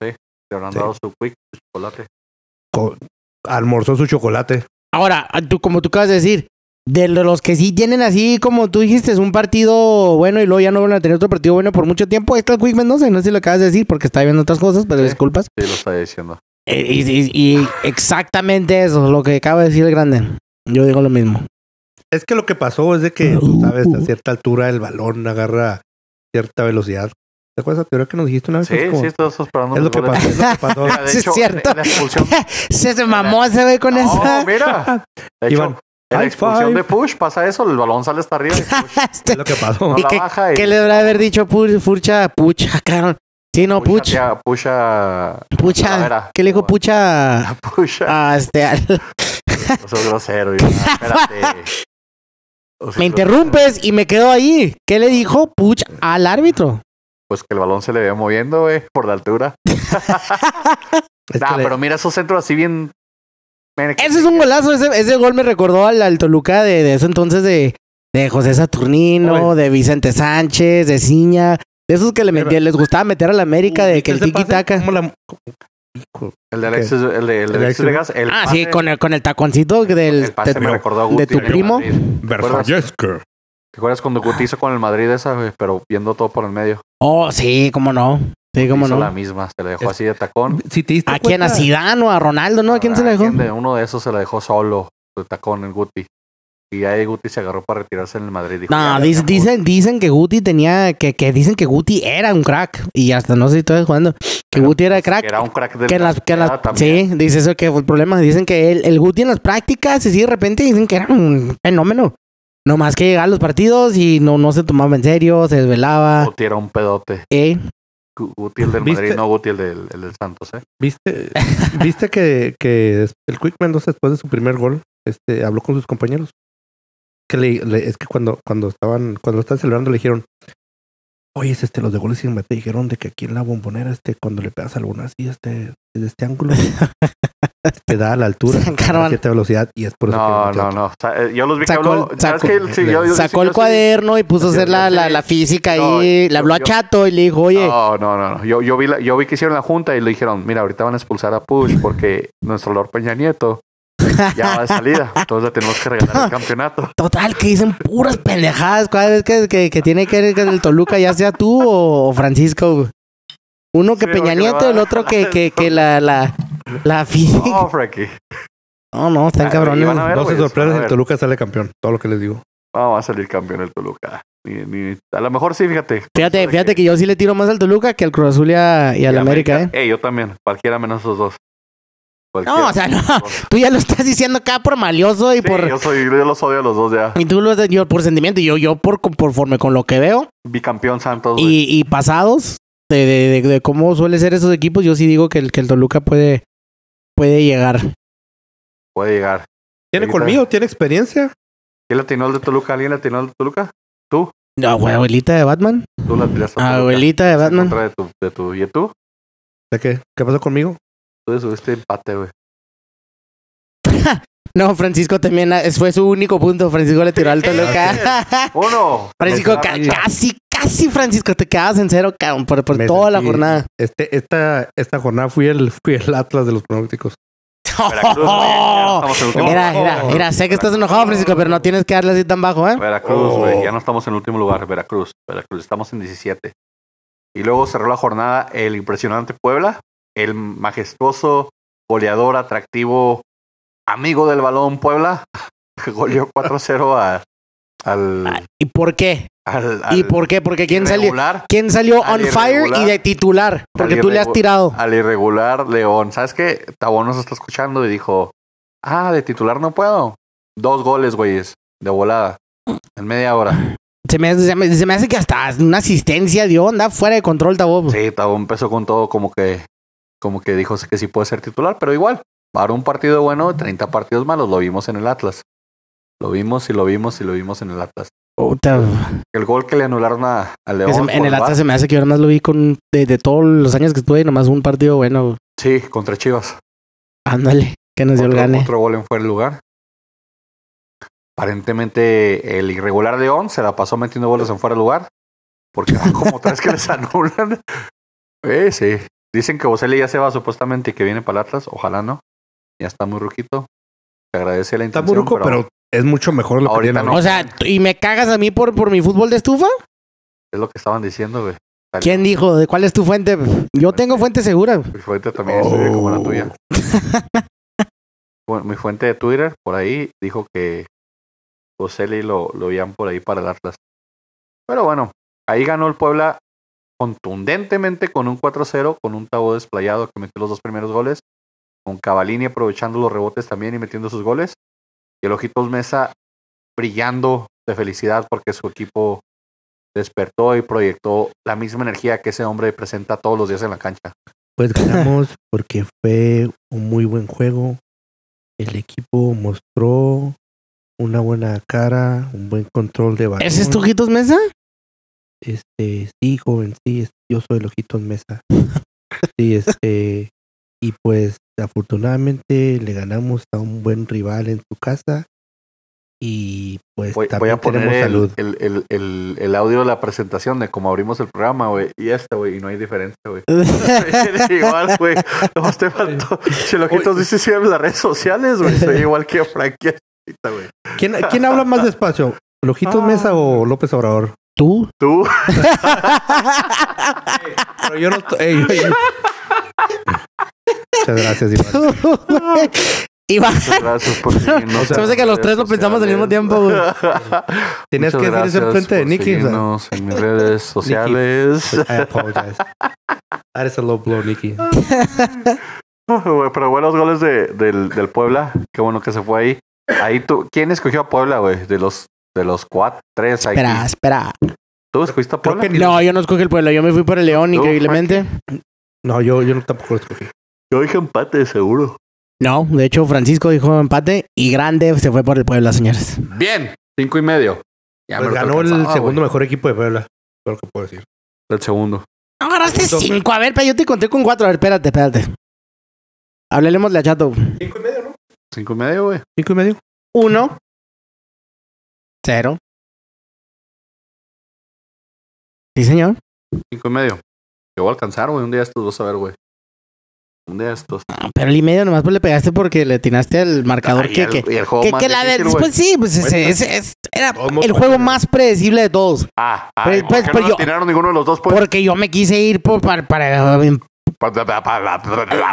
Te habrán Sí. dado su Quick, su chocolate. Co- almorzó su chocolate. Ahora, a- tú, como tú acabas de decir, de lo- los que sí tienen así, como tú dijiste, es un partido bueno y luego ya no van a tener otro partido bueno por mucho tiempo, ahí está el Quick Mendoza, y no sé si lo acabas de decir porque está viendo otras cosas, pero Sí. disculpas. Sí, lo estaba diciendo. Eh, Y, y- y exactamente eso, lo que acaba de decir el grande. Yo digo lo mismo. Es que lo que pasó es de que, tú sabes, a cierta altura el balón agarra cierta velocidad. ¿Te acuerdas de la teoría que nos dijiste una vez? Sí, Es como- sí, todos esos es lo que pasó. Es lo que pasó. Mira, de (laughs) Sí, es hecho, cierto. La expulsión. (laughs) Se, se mamó ese güey con no, esa. (laughs) mira. (laughs) De hecho, Iván, en la high expulsión five. de Push pasa eso, el balón sale hasta (laughs) arriba y Push Es Este, lo que pasó. no (laughs) ¿Y la baja y ¿Qué le deberá haber dicho Pu- Furcha? Pucha, cabrón. Sí, no, Push Pucha. a- Push a Pucha. Talavera. ¿Qué le dijo Pucha? a- (laughs) Push a... a (laughs) (laughs) este, al- Ah. No seas grosero, Iván. Espérate. (laughs) No seas me interrumpes y me quedo ahí. ¿Qué le dijo Pucha al árbitro? Pues que el balón se le ve moviendo, güey, por la altura. Es nah, que le- pero mira esos centros así bien. Men, que- Ese es un golazo. Ese, ese gol me recordó al, al Toluca de, de ese entonces de, de José Saturnino, Oye. de Vicente Sánchez, de Ciña. De esos que le Mira. metían- les gustaba meter a la América de que el ¿Viste ese tiki pase? taka. ¿Cómo la- cómo- El de Alexis, el de, el de El Alexis Alexis- Vegas. El Ah, pase, sí, con el, con el taconcito del. el pase de- me de- recordó a de Guti. tu en el primo. Madrid. Versallesker. ¿Te acuerdas cuando Guti hizo con el Madrid esa, güey? Pero viendo todo por el medio. oh, sí, cómo no. Sí, cómo hizo no. la misma. Se le dejó así de tacón. Si te diste ¿A quién? ¿A cuenta- Zidane o a Ronaldo? ¿No? ¿A quién se le dejó? Ah, quién de- uno de esos se la dejó solo, de tacón, el Guti. Y ahí Guti se agarró para retirarse en el Madrid. Dijo, No, "Ya, dis- ya, dicen, dicen que Guti tenía, que, que dicen que Guti era un crack. Y hasta no sé si estoy jugando. Que Guti era Que crack. pues era un crack del que en las, que en las- Ah, también. sí, dice eso que fue el problema. Dicen que el, el Guti en las prácticas y sí, de repente dicen que era un fenómeno. Nomás que llegaba a los partidos y no, no se tomaba en serio, se desvelaba. Guti era un pedote. eh. Gu- Guti el del ¿Viste? Madrid, no Guti el del, el del Santos, ¿eh? ¿Viste, ¿viste que, que des- el Quick Mendoza después de su primer gol este, habló con sus compañeros? Que le, le- es que cuando, cuando estaban, cuando lo estaban celebrando le dijeron, oye, es este, los de goles sin mate dijeron de que aquí en la bombonera, este, cuando le pegas al uno así, este, desde este ángulo, te da a la altura, San a Carvan. la cierta velocidad, y es por eso No, que no no, te- no. O sea, eh, yo los vi que Sacó habló. el- ¿sabes sacó- qué? Sí, yo- yo- Sacó yo- el yo- cuaderno y puso a yo- hacer yo la, sí. la, la física No, ahí. Le yo- habló a yo- Chato y le dijo, oye, No, no, no. no. Yo, yo, vi la- yo vi que hicieron la junta y le dijeron, mira, ahorita van a expulsar a Push porque nuestro Lord Peña Nieto ya va de salida. Entonces le tenemos que regalar el (laughs) campeonato. total, que dicen puras pendejadas cada vez que, que, que tiene que ver con el Toluca, ya sea tú o, o Francisco. güey. Uno que Sí, Peña porque le va Nieto, a el dar- otro que, que, que la, la, la física. No, Frankie. No, no, están Ah, cabrones. y van a ver, No se güey, van sorprendan a si ver. Toluca sale campeón, todo lo que les digo. No, va a salir campeón el Toluca. Ni- ni- a lo mejor sí, fíjate. Fíjate, fíjate que yo sí le tiro más al Toluca que al Cruz Azul y, a- y al Y América, ¿eh? Ey, yo también. Cualquiera menos esos dos. No, o sea, no. Tú ya lo estás diciendo acá por malioso y Sí, (laughs) por. yo, soy, yo los odio a los dos ya. Y tú lo haces yo por sentimiento y yo, yo por con- conforme con lo que veo Bicampeón Santos. güey. y, y pasados de, de, de- de cómo suele ser esos equipos, yo sí digo que el, que el Toluca puede, puede llegar. Puede llegar. Tiene Ahorita- colmillo, tiene experiencia. ¿Quién la atinó el de Toluca? ¿Alguien la atinó el de Toluca? ¿Tú? No, güey, abuelita de Batman. Tú la tiraste. a Toluca. Abuelita de En Ah, Batman. contra de tu, de tu, ¿Y tú? ¿De qué? ¿Qué pasó conmigo? Tú le subiste empate, güey. No, Francisco también ah, fue su único punto. Francisco le tiró al Toluca. ¡Uno! (laughs) Francisco, ca- Cacha. casi, casi Francisco, te quedabas en cero, cabrón, por, por Me toda la sentí- jornada. Este, esta, esta jornada fui el, fui el Atlas de los pronósticos. Veracruz, (laughs) güey. Ya Oh. no estamos en último Era, lugar. era, era, sé que estás enojado, Francisco, pero no tienes que darle así tan bajo, ¿eh? Veracruz, güey. Ya no estamos en el último lugar. Veracruz. Veracruz. Estamos en 17. Y luego cerró la jornada el impresionante Puebla. El majestuoso, goleador, atractivo, amigo del balón Puebla. (laughs) Goleó 4-0 a- al, ¿Y por qué? al, ¿Y al por qué? Porque quién salió, irregular. quién salió al on fire irregular. y de titular, porque Al tú le has irregu- tirado. al irregular León. ¿Sabes qué? Tabón nos está escuchando y dijo, ah, de titular no puedo. Dos goles, güeyes, de volada, en media (laughs) hora. Se me, hace- se me- se me hace que hasta una asistencia dio, onda fuera de control, Tabo. Sí, Tabón empezó con todo como que, como que dijo que sí puede ser titular, pero igual, para un partido bueno, 30 partidos malos, lo vimos en el Atlas. Lo vimos y lo vimos y lo vimos en el Atlas. Puta, El gol que le anularon a, a que se- León. en por el VAR, Atlas se me hace que yo nomás lo vi con de, de todos los años que estuve y nomás un partido bueno. Sí, contra Chivas. Ándale, que nos dio el otro, gane. otro gol en fuera de lugar. Aparentemente el irregular León se la pasó metiendo goles en fuera de lugar. Porque (laughs) van como tres que les anulan. Eh, sí. Dicen que Boselli ya se va supuestamente y que viene para el Atlas. Ojalá no. Ya está muy ruquito. Te agradece la Está intención. muy ruco, pero, es mucho mejor lo que Ahorita tiene no. ahorita. O sea, t- ¿y me cagas a mí por, por mi fútbol de estufa? Es lo que estaban diciendo, güey. ¿Quién dijo? ¿De cuál es tu fuente? Yo tengo fuente segura. Mi fuente también es eh, como la tuya. Bueno, mi fuente de Twitter, por ahí, dijo que Boselli lo, lo veían por ahí para el Atlas. Pero bueno, ahí ganó el Puebla contundentemente con un 4-0, con un Tabo desplayado que metió los dos primeros goles, con Cavalini aprovechando los rebotes también y metiendo sus goles, y el Ojitos Mesa brillando de felicidad porque su equipo despertó y proyectó la misma energía que ese hombre presenta todos los días en la cancha. Pues ganamos porque fue un muy buen juego. El equipo mostró una buena cara, un buen control de balón. ¿Ese es tu (laughs) Ojitos Mesa? Este, sí, joven, sí, es- yo soy el Ojitos (laughs) Mesa. Sí, este, y pues afortunadamente le ganamos a un buen rival en su casa. Y pues Voy, voy también a poner tenemos el, salud. el, el, el, el audio de la presentación de cómo abrimos el programa, güey. Y este, güey, y no hay diferencia, güey. (laughs) igual, güey. Nomás te faltó. Si el Ojitos dice siempre las redes sociales, güey. Soy igual que Frankie ahorita, güey. ¿Quién, quién habla más despacio? ¿Lojitos Ah. Mesa o López Obrador? (laughs) ¿Tú? Tú, Pero yo no. to- ey, ey, ey. Muchas gracias, Iván. (laughs) Iván, muchas gracias (laughs) por seguirnos. Se me hace que los tres lo pensamos al mismo tiempo, güey. (laughs) Tenías que decir eso enfrente de Nicky. o sea. Seguirnos en mis redes sociales. (laughs) I apologize. That is a low blow, Nicky. Güey, Pero buenos goles de, del, del Puebla. Qué bueno que se fue ahí. Ahí tú, ¿quién escogió a Puebla, güey? De los, de los cuatro, tres ahí. espera, espera. ¿Tú escogiste a Creo Puebla? que ni- No, yo no escogí el pueblo, yo me fui por el León, ¿Tú, increíblemente. No, yo, yo no tampoco lo escogí. Yo dije empate, seguro. No, de hecho, Francisco dijo empate y grande se fue por el pueblo, señores. Bien, cinco y medio. Ya Pues me lo ganó el alcanzaba, segundo güey. mejor equipo de Puebla. Todo lo que puedo decir. El segundo. No, agarraste Entonces- cinco. A ver, pero yo te conté con cuatro. A ver, espérate, espérate. Hablemos de chato. ¿Cinco y medio, no? Cinco y medio, güey. ¿Cinco y medio? Uno. Cero. Sí, señor. Cinco y medio. Yo voy a alcanzar, güey. Un día estos vas a ver, güey. Un día estos. Ah, Pero el y medio nomás pues le pegaste porque le tiraste al marcador Ay, que, el- que, y el juego que, más que la difícil, vez. güey. Pues sí, pues ese, Cuenta. ese- ese- era Todo el fue- pues, juego más predecible de todos. Ah, ah, Pero, ¿y pues, ¿por qué pues, no yo- yo... tiraron ninguno de los dos, pues? Porque yo me quise ir por, para, para.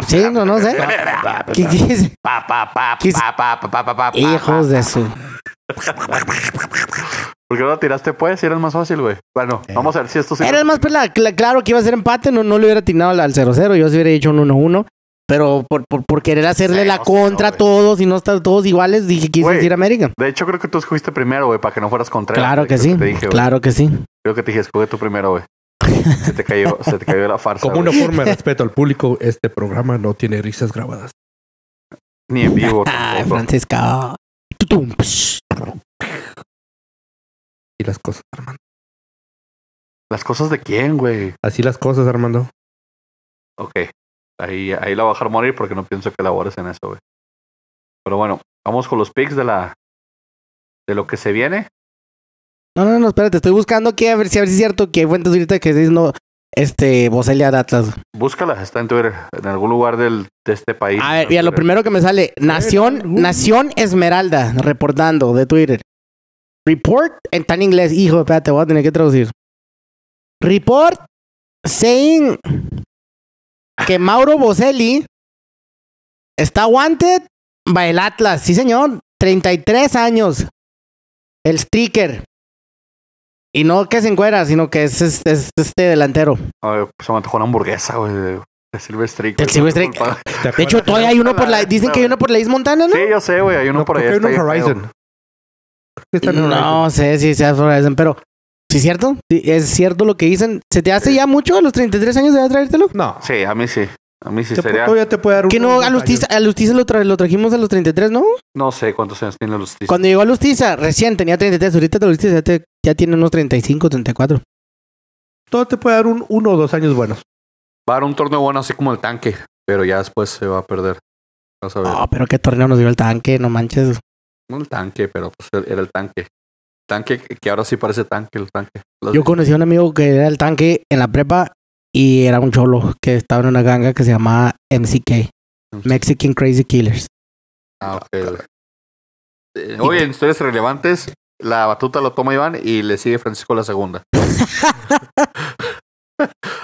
Sí, no, (laughs) no sé. ¿Qué quise? Pa, pa, pa, Quis- pa, pa, pa, pa, pa, pa, Hijos de su. ¿Por qué no lo tiraste, pues? Si era el más fácil, güey. Bueno, Eh. vamos a ver si esto sí. Era el más pelada. cla- claro que iba a ser empate, no, no le hubiera atinado al al 0-0, yo sí hubiera hecho un 1-1. Pero por, por, por querer hacerle la 0-0, contra a güey. todos y no estar todos iguales, dije quise Güey. decir América. De hecho, creo que tú escogiste primero, güey, para que no fueras contra. Claro que sí, Te dije, güey. claro que sí. Creo que te dije, escoge tú primero, güey. Se te cayó, (laughs) se te cayó la farsa. Como una güey. forma de respeto al público, este programa no tiene risas grabadas. Ni en (laughs) vivo. Ay, tampoco. Francisca. Tutum, psh. Así las cosas, Armando. Las cosas de quién, güey. Así las cosas, Armando. Ok. Ahí, ahí la voy a dejar morir porque no pienso que labores en eso, güey. Pero bueno, vamos con los picks de la. De lo que se viene. No, no, no, espérate, estoy buscando que a ver si a ver si es cierto que hay fuentes ahorita que dicen no, este Bocelia de Atlas. Búscalas, está en Twitter, en algún lugar del, de este país. A ver, mira, lo primero que me sale, Nación, algún- Nación Esmeralda, reportando de Twitter. Report, está en inglés, hijo, espérate, voy a tener que traducir. Report saying que Mauro Boselli está wanted by el Atlas, sí señor, 33 años, el streaker. Y no que se encuera, sino que es, es- es este delantero. A ver, pues, se me antojó una hamburguesa, güey. De de Silver Streak. güey. Del Silver Streak. Disculpa. De hecho, todavía hay uno por la... Dicen que hay uno por la Is Montana, ¿no? Sí, yo sé, güey. Hay uno por ahí. Creo que hay uno en está ahí, Horizon. pero- Creo que está en Horizon. No sé si sea Horizon, pero ¿sí es cierto? ¿Sí ¿Es cierto lo que dicen? ¿Se te hace ya mucho a los 33 años de traértelo? No. Sí, a mí sí. A mí sí Te pu- sería. Todavía te puede dar Que uno- no, a Lustiza, a Lustiza lo, tra- lo trajimos a los 33, ¿no? No sé cuántos años tiene los Cuando llegó a Lustiza, recién tenía 33, ahorita de Lustiza ya, te- ya tiene unos 35, 34. Todo te puede dar un uno o dos años buenos. Va a dar un torneo bueno, así como el tanque. Pero ya después se va a perder. Vas a ver. Oh, pero qué torneo nos dio el tanque, no manches. No el tanque, pero pues era el tanque. Tanque que que ahora sí parece tanque, el tanque. Los- Yo conocí a un amigo que era el tanque en la prepa y era un cholo que estaba en una ganga que se llamaba MCK, Mexican Crazy Killers. Ah, ok. Eh, Oye, en historias relevantes, la batuta lo toma Iván y le sigue Francisco la segunda.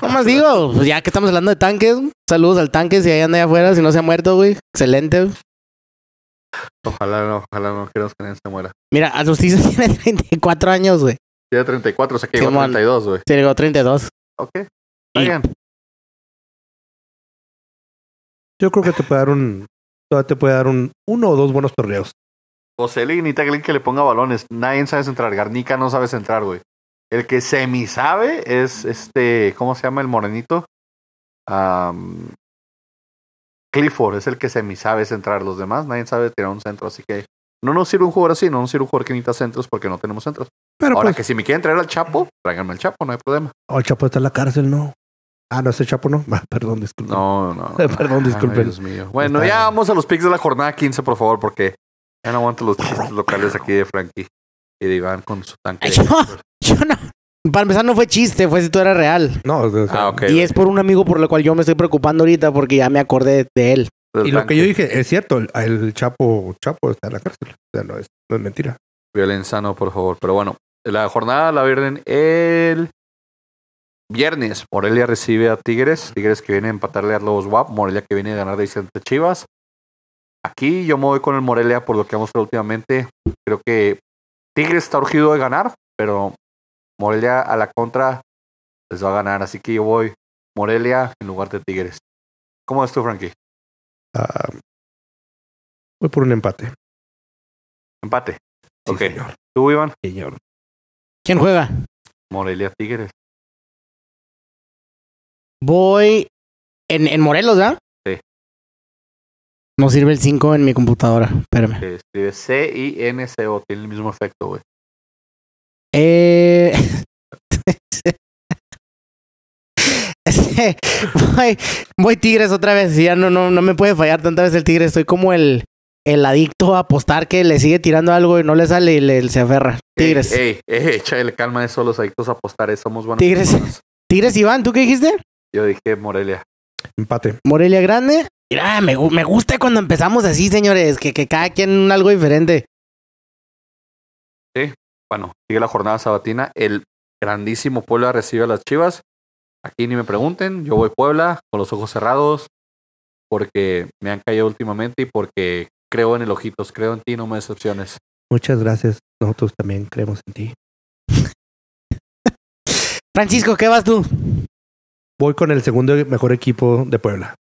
No más digo, pues ya que estamos hablando de tanques, saludos al tanque si ahí anda allá afuera, si no se ha muerto, güey. Excelente. Ojalá no, ojalá no, que Oscar se muera. Mira, Azustiza (laughs) tiene 34 años, güey. Tiene 34, o sea que llegó Simón. 32, güey. Se llegó 32. Ok. Y- Está bien. Yo creo que te puede dar un. Todavía te puede dar un uno o dos buenos torneos. Joseli necesita alguien que le ponga balones. Nadie sabe centrar. Garnica no sabe centrar, güey. El que semi sabe es este. ¿Cómo se llama el morenito? Am, Clifford es el que semi sabe centrar. Los demás, nadie sabe tirar un centro. Así que no nos sirve un jugador así. No nos sirve un jugador que necesita centros porque no tenemos centros. Pero Ahora pues, que si me quieren traer al Chapo, tráiganme al Chapo, no hay problema. oh, el Chapo está en la cárcel, no. Ah, no, ese Chapo no. (laughs) Ah, perdón, disculpa. No, Ah, no. no. (laughs) Perdón, disculpen. Ay, Dios mío. Bueno, Está ya bien. vamos a los picks de la jornada 15, por favor, porque ya no aguanto los chistes locales aquí de Frankie y de Iván con su tanque. Ay, yo- Yo no. Para empezar, no fue chiste, fue si tú eras real. No, o sea, Ah, ok. y es por un amigo por lo cual yo me estoy preocupando ahorita porque ya me acordé de él. del Y lo tanque. que yo dije, es cierto, el, el Chapo, Chapo está en la cárcel. O sea, no es, no es mentira. Violenza no, por favor. Pero bueno, la jornada la vierden el viernes. Morelia recibe a Tigres. Tigres que viene a empatarle a los WAP. Morelia que viene a ganar de visitante a Chivas. Aquí yo me voy con el Morelia por lo que hemos visto últimamente. Creo que Tigres está urgido de ganar, pero Morelia a la contra les va a ganar. Así que yo voy Morelia en lugar de Tigres. ¿Cómo ves tú, Frankie? Ah, voy por un empate. Empate. Sí, Ok. señor. ¿Tú, Iván? Señor. ¿Quién juega? Morelia Tigres. Voy en, en Morelos, ¿verdad? Sí. No sirve el 5 en mi computadora. Espérame. Se escribe C-I-N-C-O. Tiene el mismo efecto, güey. Eh... (laughs) Este, voy, voy Tigres otra vez. Ya no, no, no me puede fallar tantas veces el Tigres. Estoy como el, el adicto a apostar que le sigue tirando algo y no le sale y le, se aferra. Tigres. Ey, ey, ey, échale calma a eso, los adictos a apostar, eh, somos buenos. Tigres. Tigres, Iván, ¿tú qué dijiste? Yo dije Morelia. Empate. Morelia Grande. Mira, me, gu- me gusta cuando empezamos así, señores, que, que cada quien algo diferente. Bueno, sigue la jornada sabatina. El grandísimo Puebla recibe a las Chivas. Aquí ni me pregunten, yo voy Puebla con los ojos cerrados porque me han caído últimamente y porque creo en el ojitos, creo en ti, no me decepciones. Muchas gracias. Nosotros también creemos en ti. Francisco, ¿qué vas tú? Voy con el segundo mejor equipo de Puebla.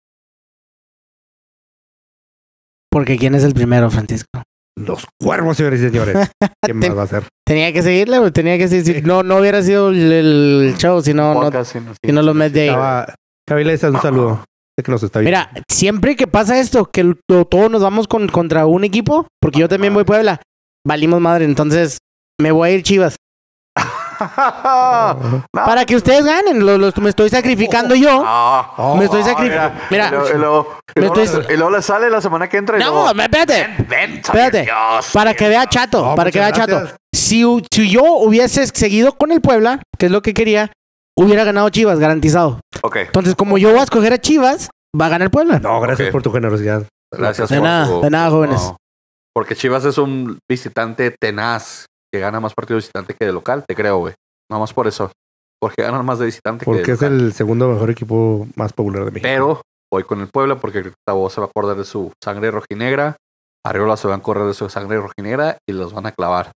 Porque quién es el primero, Francisco. Los cuervos, señores (laughs) y señores. ¿Qué más va a hacer? Tenía que seguirle, güey, tenía que seguir. si No, no hubiera sido el, el show si no, no- Podcast, sin- si no lo metes de ahí. Chava, Chavileza, un saludo. Sé que nos está viendo. Mira, siempre que pasa esto, que el- to- todos nos vamos con, contra un equipo, porque yo también voy Puebla, valimos madre, entonces me voy a ir Chivas. (laughs) Ah, Para que ustedes ganen, lo- los- me estoy sacrificando yo. ah, Me estoy ah, sacrificando. Mira, Y luego- y luego- y me luego- estoy- y luego le sale la semana que entra y luego, no, espérate. ven, Espérate. Dios, Para que vea chato, No, para que vea muchas chato. gracias. Si, u- si yo hubiese seguido con el Puebla, que es lo que quería, hubiera ganado Chivas, garantizado. Ok, Entonces, como yo voy a escoger a Chivas, va a ganar Puebla. No, gracias Ok. por tu generosidad. gracias de por nada, tu- de nada, jóvenes. No. Porque Chivas es un visitante tenaz que gana más partidos de visitante que de local, te creo, güey. Nada más por eso. Porque ganan más de visitante que Porque de es local. el segundo mejor equipo más popular de México. Pero voy con el Puebla porque Gustavo se va a acordar de su sangre rojinegra. Arriola se va a acordar de su sangre rojinegra y los van a clavar.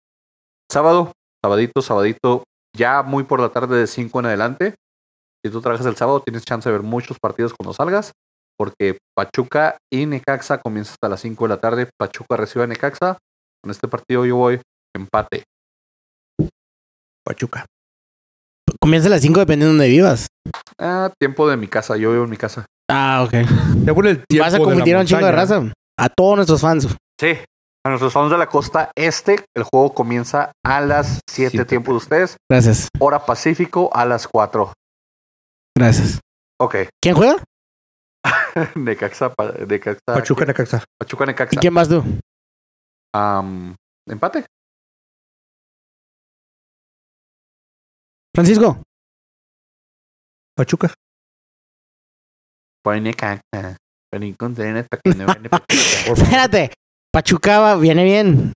Sábado, sabadito, sabadito, ya muy por la tarde de 5 en adelante. Si tú trabajas el sábado, tienes chance de ver muchos partidos cuando salgas, porque Pachuca y Necaxa comienza hasta las 5 de la tarde. Pachuca recibe a Necaxa. En este partido yo voy empate. Pachuca. Comienza a las 5 dependiendo de donde vivas. Ah, tiempo de mi casa, yo vivo en mi casa. Ah, ok. Según el tiempo Vas a de la confundir a un chingo de montaña, raza. A todos nuestros fans. Sí. A nuestros fans de la costa este, el juego comienza a las 7 Siete. tiempos de ustedes, Gracias, hora pacífico a las 4. gracias. Ok, (laughs) ¿Quién juega? Necaxa, pa- Necaxa, Pachuca, Necaxa. Pachuca, ¿Y Necaxa. quién vas tú? Am, empate. Francisco. Pachuca. Voy Necaxa. Pero Contreras para que no (laughs) gane Pachuca. Por favor. Espérate. Pachuca va- viene bien.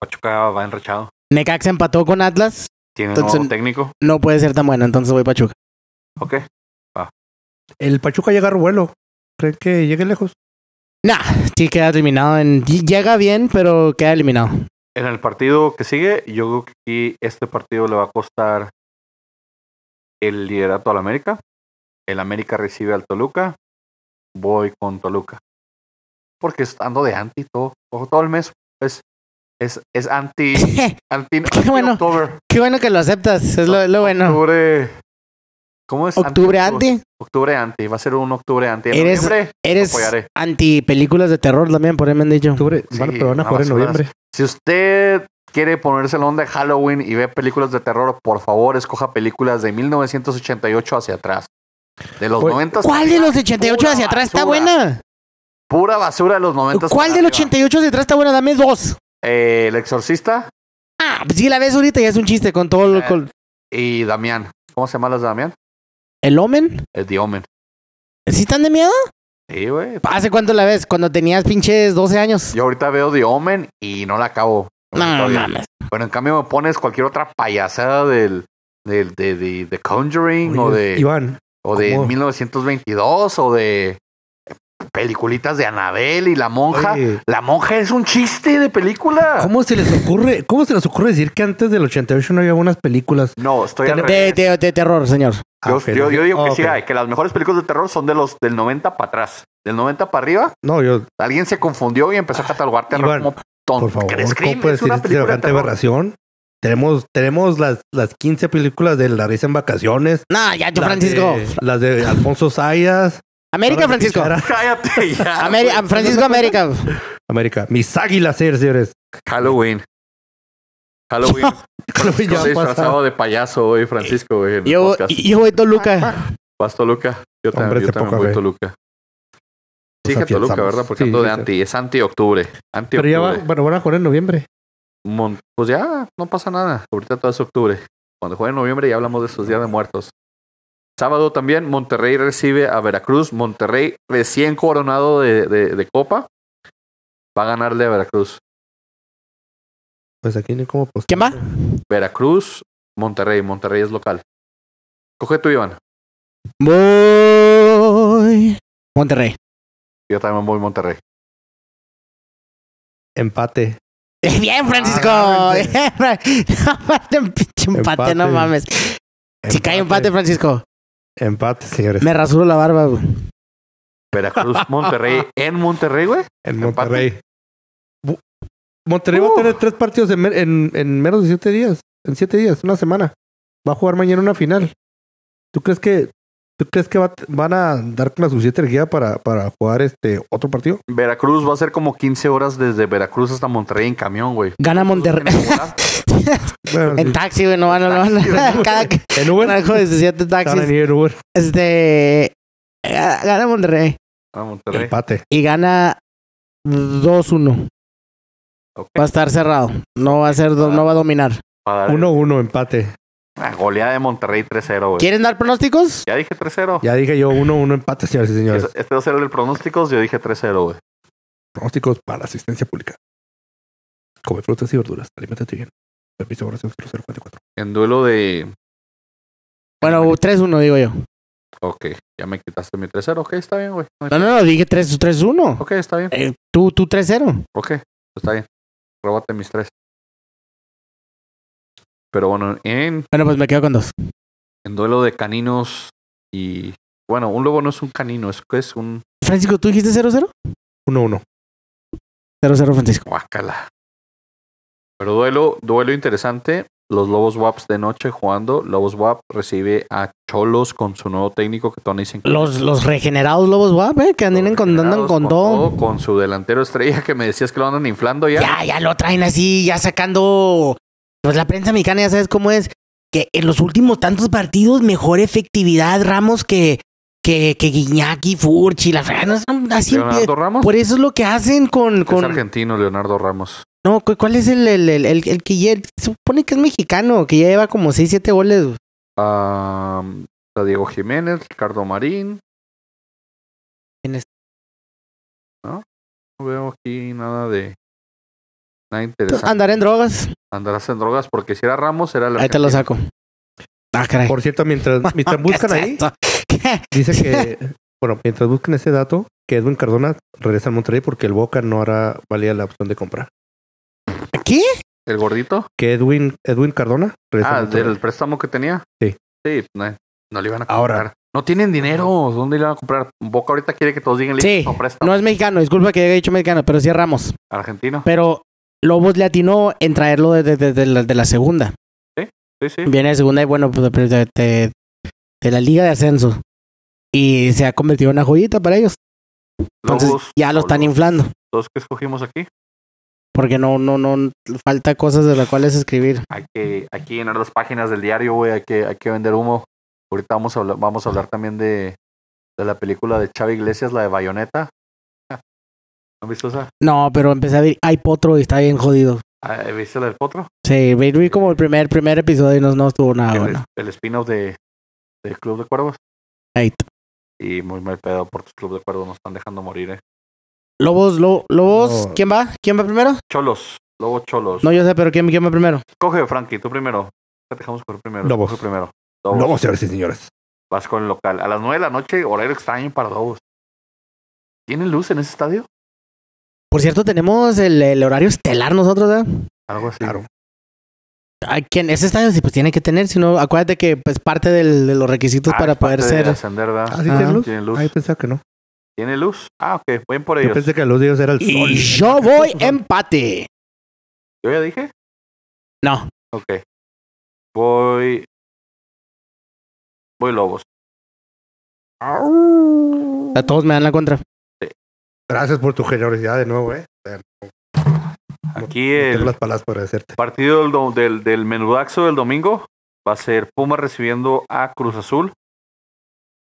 Pachuca va enrachado. Necaxa empató con Atlas. Tiene un Entonces- nuevo técnico. No puede ser tan bueno, entonces voy Pachuca. Ok. El Pachuca llega a vuelo. ¿Creen que llegue lejos? Nah, sí queda eliminado. En, llega bien, pero queda eliminado. En el partido que sigue, yo creo que aquí este partido le va a costar el liderato al América. El América recibe al Toluca. Voy con Toluca. Porque estando de anti todo, todo el mes es, es, es anti, anti, anti bueno. October. (laughs) Qué bueno que lo aceptas, es lo, lo bueno. Octubre. ¿Cómo es? Octubre anti. Octubre anti. Va a ser un octubre anti. En Eres- noviembre Eres apoyaré. anti películas de terror también, por ahí me han dicho. Octubre, van, pero van a no, jugar en basuras. noviembre. Si usted quiere ponerse el onda de Halloween y ve películas de terror, por favor, escoja películas de 1988 hacia atrás. De los Oye, 90 Pues, ¿Cuál de los 88 hacia atrás está basura. buena? pura basura de los 90 ¿Cuál del 88 hacia atrás está buena? Dame dos. Eh, el exorcista Ah, pues si la ves ahorita ya es un chiste con todo lo... Eh. con- y Damián. ¿Cómo se llama las de Damián? ¿El Omen? El The Omen. ¿Sí están de miedo? Sí, güey. ¿Hace cuánto la ves? Cuando tenías pinches 12 años. Yo ahorita veo The Omen y no la acabo. No, no, Todavía. no, no. Bueno, en cambio me pones cualquier otra payasada del, del de, de, de Conjuring o Oye, de, Iván, o de ¿cómo? 1922 o de peliculitas de Anabel y La Monja. oye, La Monja es un chiste de película. ¿cómo se les ocurre, cómo se les ocurre decir que antes del 88 no había buenas películas? No, estoy al Tenemos- revés. De, de- de terror, señor. Ah, Yo, ok, yo- no, yo digo que ok. sí hay, que las mejores películas de terror son de los del 90 para atrás. Del 90 para arriba, No, yo, alguien se confundió y empezó a catalogarte Iván, como tonto. por favor, que eres ¿cómo crimen, puedes es una decir película de semejante terror. aberración? Tenemos, tenemos las, las 15 películas de La Risa en Vacaciones. No, ya tú, las Francisco. de- las de Alfonso Sayas. América, Todas las de Francisco. Pichara. (laughs) Cállate (laughs) ya. Ameri- güey. Francisco América. América. Mis águilas, señores, (laughs) señores. (laughs) Halloween. Halloween. Halloween (laughs) ya Yo disfrazado pasado. de payaso hoy, Francisco, güey. en el (laughs) Yo, podcast. yo voy Toluca. Vas Toluca. Yo también, Hombres yo de también poca voy fe. Toluca. Sí, Nos que Toluca, afianzamos. ¿verdad? Porque Sí, ando de sí, sí. anti, es anti-octubre. Anti Pero ya va, -octubre. bueno, van a jugar en noviembre. Pues ya, no pasa nada. Ahorita todo es octubre. Cuando juegue en noviembre ya hablamos de esos días de muertos. Sábado también, Monterrey recibe a Veracruz. Monterrey recién coronado de, de- de Copa. Va a ganarle a Veracruz. Pues aquí ni como pues. ¿Quién va? Veracruz, Monterrey. Monterrey es local. Coge tú, Iván. Voy. Monterrey. (laughs) Yo también voy Monterrey. Empate. Bien, Francisco. Agárrense. Bien, Fra- (laughs) No, falta un pinche empate, Empate. no mames. Si cae empate, Francisco, Empate, señores. me rasuro la barba. güey. (laughs) Veracruz, Monterrey. En Monterrey, güey. En empate. Monterrey. Bu- Monterrey va Uh. a tener tres partidos en, mer- en, en menos de siete días. En siete días, una semana. Va a jugar mañana una final. ¿Tú crees que tú crees que va- van a dar con la suficiente energía para, para jugar este otro partido? Veracruz va a ser como 15 horas desde Veracruz hasta Monterrey en camión, güey. Gana Monterrey. (laughs) Tiene que volar. Bueno, En taxi, güey, no van a. No, van a- (laughs) cada que en Uber. trajo 17 Van a taxis. venir en Uber. Este. ga- Gana Monterrey. A Ah, Monterrey. Empate. Y gana 2-1. Ok. Va a estar cerrado. No va a ser, do- no va a dominar. Para dar 1-1, empate. una goleada de Monterrey 3-0, güey. ¿Quieren dar pronósticos? Ya dije 3-0. Ya dije yo 1-1, empate, señores y señores. Este este va a ser el pronósticos, yo dije 3-0, güey. Pronósticos para asistencia pública. Come frutas y verduras. Aliméntate bien. Permiso, oración 0044. En duelo de. Bueno, 3-1, digo yo. Ok, ya me quitaste mi 3-0. Ok, está bien, güey. No hay- No, no, no, dije 3 3-1. Ok, está bien. Eh, tú, tú 3-0. Ok, está bien. Róbate mis 3. Pero bueno, en, Bueno, pues me quedo con dos. en duelo de caninos y. Bueno, un lobo no es un canino, es que es un. Francisco, ¿tú dijiste 0-0? 1-1. 0-0, Francisco. Guácala. Pero duelo, duelo interesante. Los Lobos Waps de noche jugando. Lobos Wap recibe a Cholos con su nuevo técnico que Tony dicen Los, los regenerados lobos guap, eh, que andan con, andan Regenerados con con todo. todo, Con su delantero estrella que me decías que lo andan inflando ya. Ya, ya lo traen así, ya sacando. Pues la prensa mexicana ya sabes cómo es. Que en los últimos tantos partidos, mejor efectividad, Ramos, que, que, que Guiñaki, Furchi, la fregada. no son Así empie- Leonardo Ramos. Por eso es lo que hacen con. Es con argentino, Leonardo Ramos. no, cu- ¿cuál es el, el, el, el- el que ya. Se supone que es mexicano, que ya lleva como 6, 7 goles. güey. Ah, está Diego Jiménez, Ricardo Marín. ¿Quién es? ¿No? no veo aquí nada de. Nada interesante. Andar en drogas. Andarás en drogas porque si era Ramos, era el Ah. Ahí te lo argentino. saco. Ah, caray. (laughs) Por cierto, mientras, mientras ¿Qué buscan es ahí, esto? (laughs) ¿Qué? (laughs) dice que. Bueno, mientras buscan ese dato, que Edwin Cardona regresa al Monterrey porque el Boca no hará valía la opción de comprar. ¿Qué? ¿El gordito? Que Edwin, Edwin Cardona regresa Ah, al Monterrey. del préstamo que tenía. Sí. Sí, no, no le iban a comprar. Ahora. No tienen dinero. ¿Dónde le iban a comprar? Boca ahorita quiere que todos digan Sí. "Listo, préstamo No es mexicano, disculpa que haya dicho mexicano, pero sí es Ramos. argentino. Pero Lobos le atinó en traerlo desde de, de la, de la segunda. Sí, sí. Viene de segunda y bueno, pues, de, de- de- de la liga de ascenso. Y se ha convertido en una joyita para ellos. Entonces Lobos, ya lo o están los inflando. dos que escogimos aquí. Porque no, no, no, falta cosas de las cuales escribir. Hay que, hay que llenar las páginas del diario, güey. Hay que, hay que vender humo. Ahorita vamos a hablar, vamos a hablar también de, de la película de Chava Iglesias, la de Bayonetta. ¿No ¿Han visto esa? No, pero empecé a ver, hay potro y está bien jodido. Ah, ¿Viste la del potro? Sí, vi vi como el primer, primer episodio y no, no estuvo nada el, Ah, bueno. el spin-off de, de Club de Cuervos. Ahí t- Y muy mal pedo por tus Club de Cuervos. Nos están dejando morir, eh. Lobos, lo- Lobos, No. ¿quién va? ¿Quién va primero? Cholos. Lobo Cholos. No, yo sé, pero ¿quién, quién va primero? Coge, Frankie, tú primero. Te dejamos correr primero. Lobos. Coge primero. Lobos. Lobos, señores y señores. Vas con el local. A las 9 de la noche, horario extraño para Lobos. ¿Tienen luz en ese estadio? Por cierto, tenemos el, el horario estelar nosotros, ¿eh? ¿verdad? Algo así. Claro. ¿A quién? Ese estadio sí, pues tiene que tener, si no, acuérdate que pues parte del- de los requisitos Ah, para es parte poder de ser... Ascender, ¿verdad? Ah, ¿sí Ajá. tiene luz? Tiene luz. Ah, yo pensaba que no. Tiene luz. Ah, ok. Buen por Yo ellos. pensé que la luz de ellos era el sol. Y yo voy empate. Yo ya dije. No, Ok. Voy. Voy Lobos. a todos me dan la contra. Gracias por tu generosidad de nuevo, eh. Aquí No tengo el las palabras para agradecerte. partido del, do- del, del menudaxo del domingo va a ser Pumas recibiendo a Cruz Azul.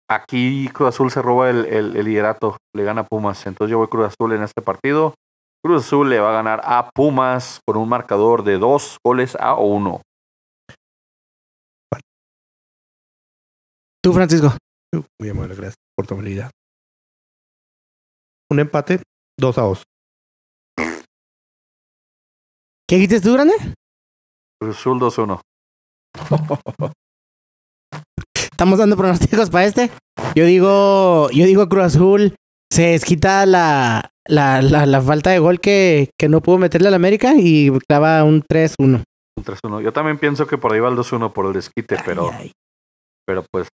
Aquí Cruz Azul se roba el, el- el liderato, le gana a Pumas. Entonces yo voy Cruz Azul en este partido. Cruz Azul le va a ganar a Pumas con un marcador de dos goles a uno. Tú, Francisco. Uh, Muy amable, gracias por tu amabilidad. Un empate, dos a dos. ¿Qué dijiste tú, Grande? Cruz Azul 2-1. Estamos dando pronósticos para este. Yo digo, yo digo Cruz Azul se desquita la, la, la, la falta de gol que, que no pudo meterle al América y clava un 3-1. Un 3-1. Yo también pienso que por ahí va el 2-1 por el desquite, pero, Ay, ay. pero pues.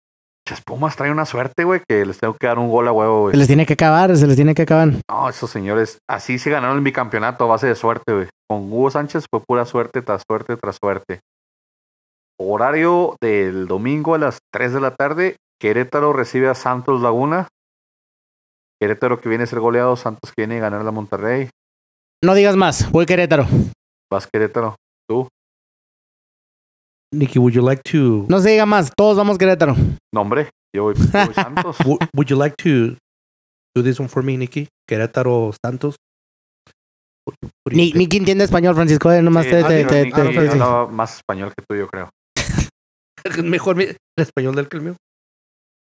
Chas Pumas trae una suerte, güey, que les tengo que dar un gol a huevo, güey. Se les tiene que acabar, se les tiene que acabar. No, esos señores, así se ganaron el bicampeonato a base de suerte, güey. Con Hugo Sánchez fue pura suerte tras suerte tras suerte. Horario del domingo a las 3 de la tarde, Querétaro recibe a Santos Laguna. Querétaro que viene a ser goleado, Santos que viene a ganar la Monterrey. No digas más, voy Querétaro. Vas Querétaro. Nicky, would you like to No se diga más, todos vamos Querétaro. Nombre, yo voy, yo voy (laughs) Santos. Wo- would you like to do this one for me, Nicky? Querétaro Santos. Ni, ni que entiende español, Francisco. eh, Nomás Sí, te, ah, te- digo, te- ni- te- ah, no, ni te- sí, sí. hablaba más español que tú, yo creo. (laughs) Mejor mi- el español del que el mío.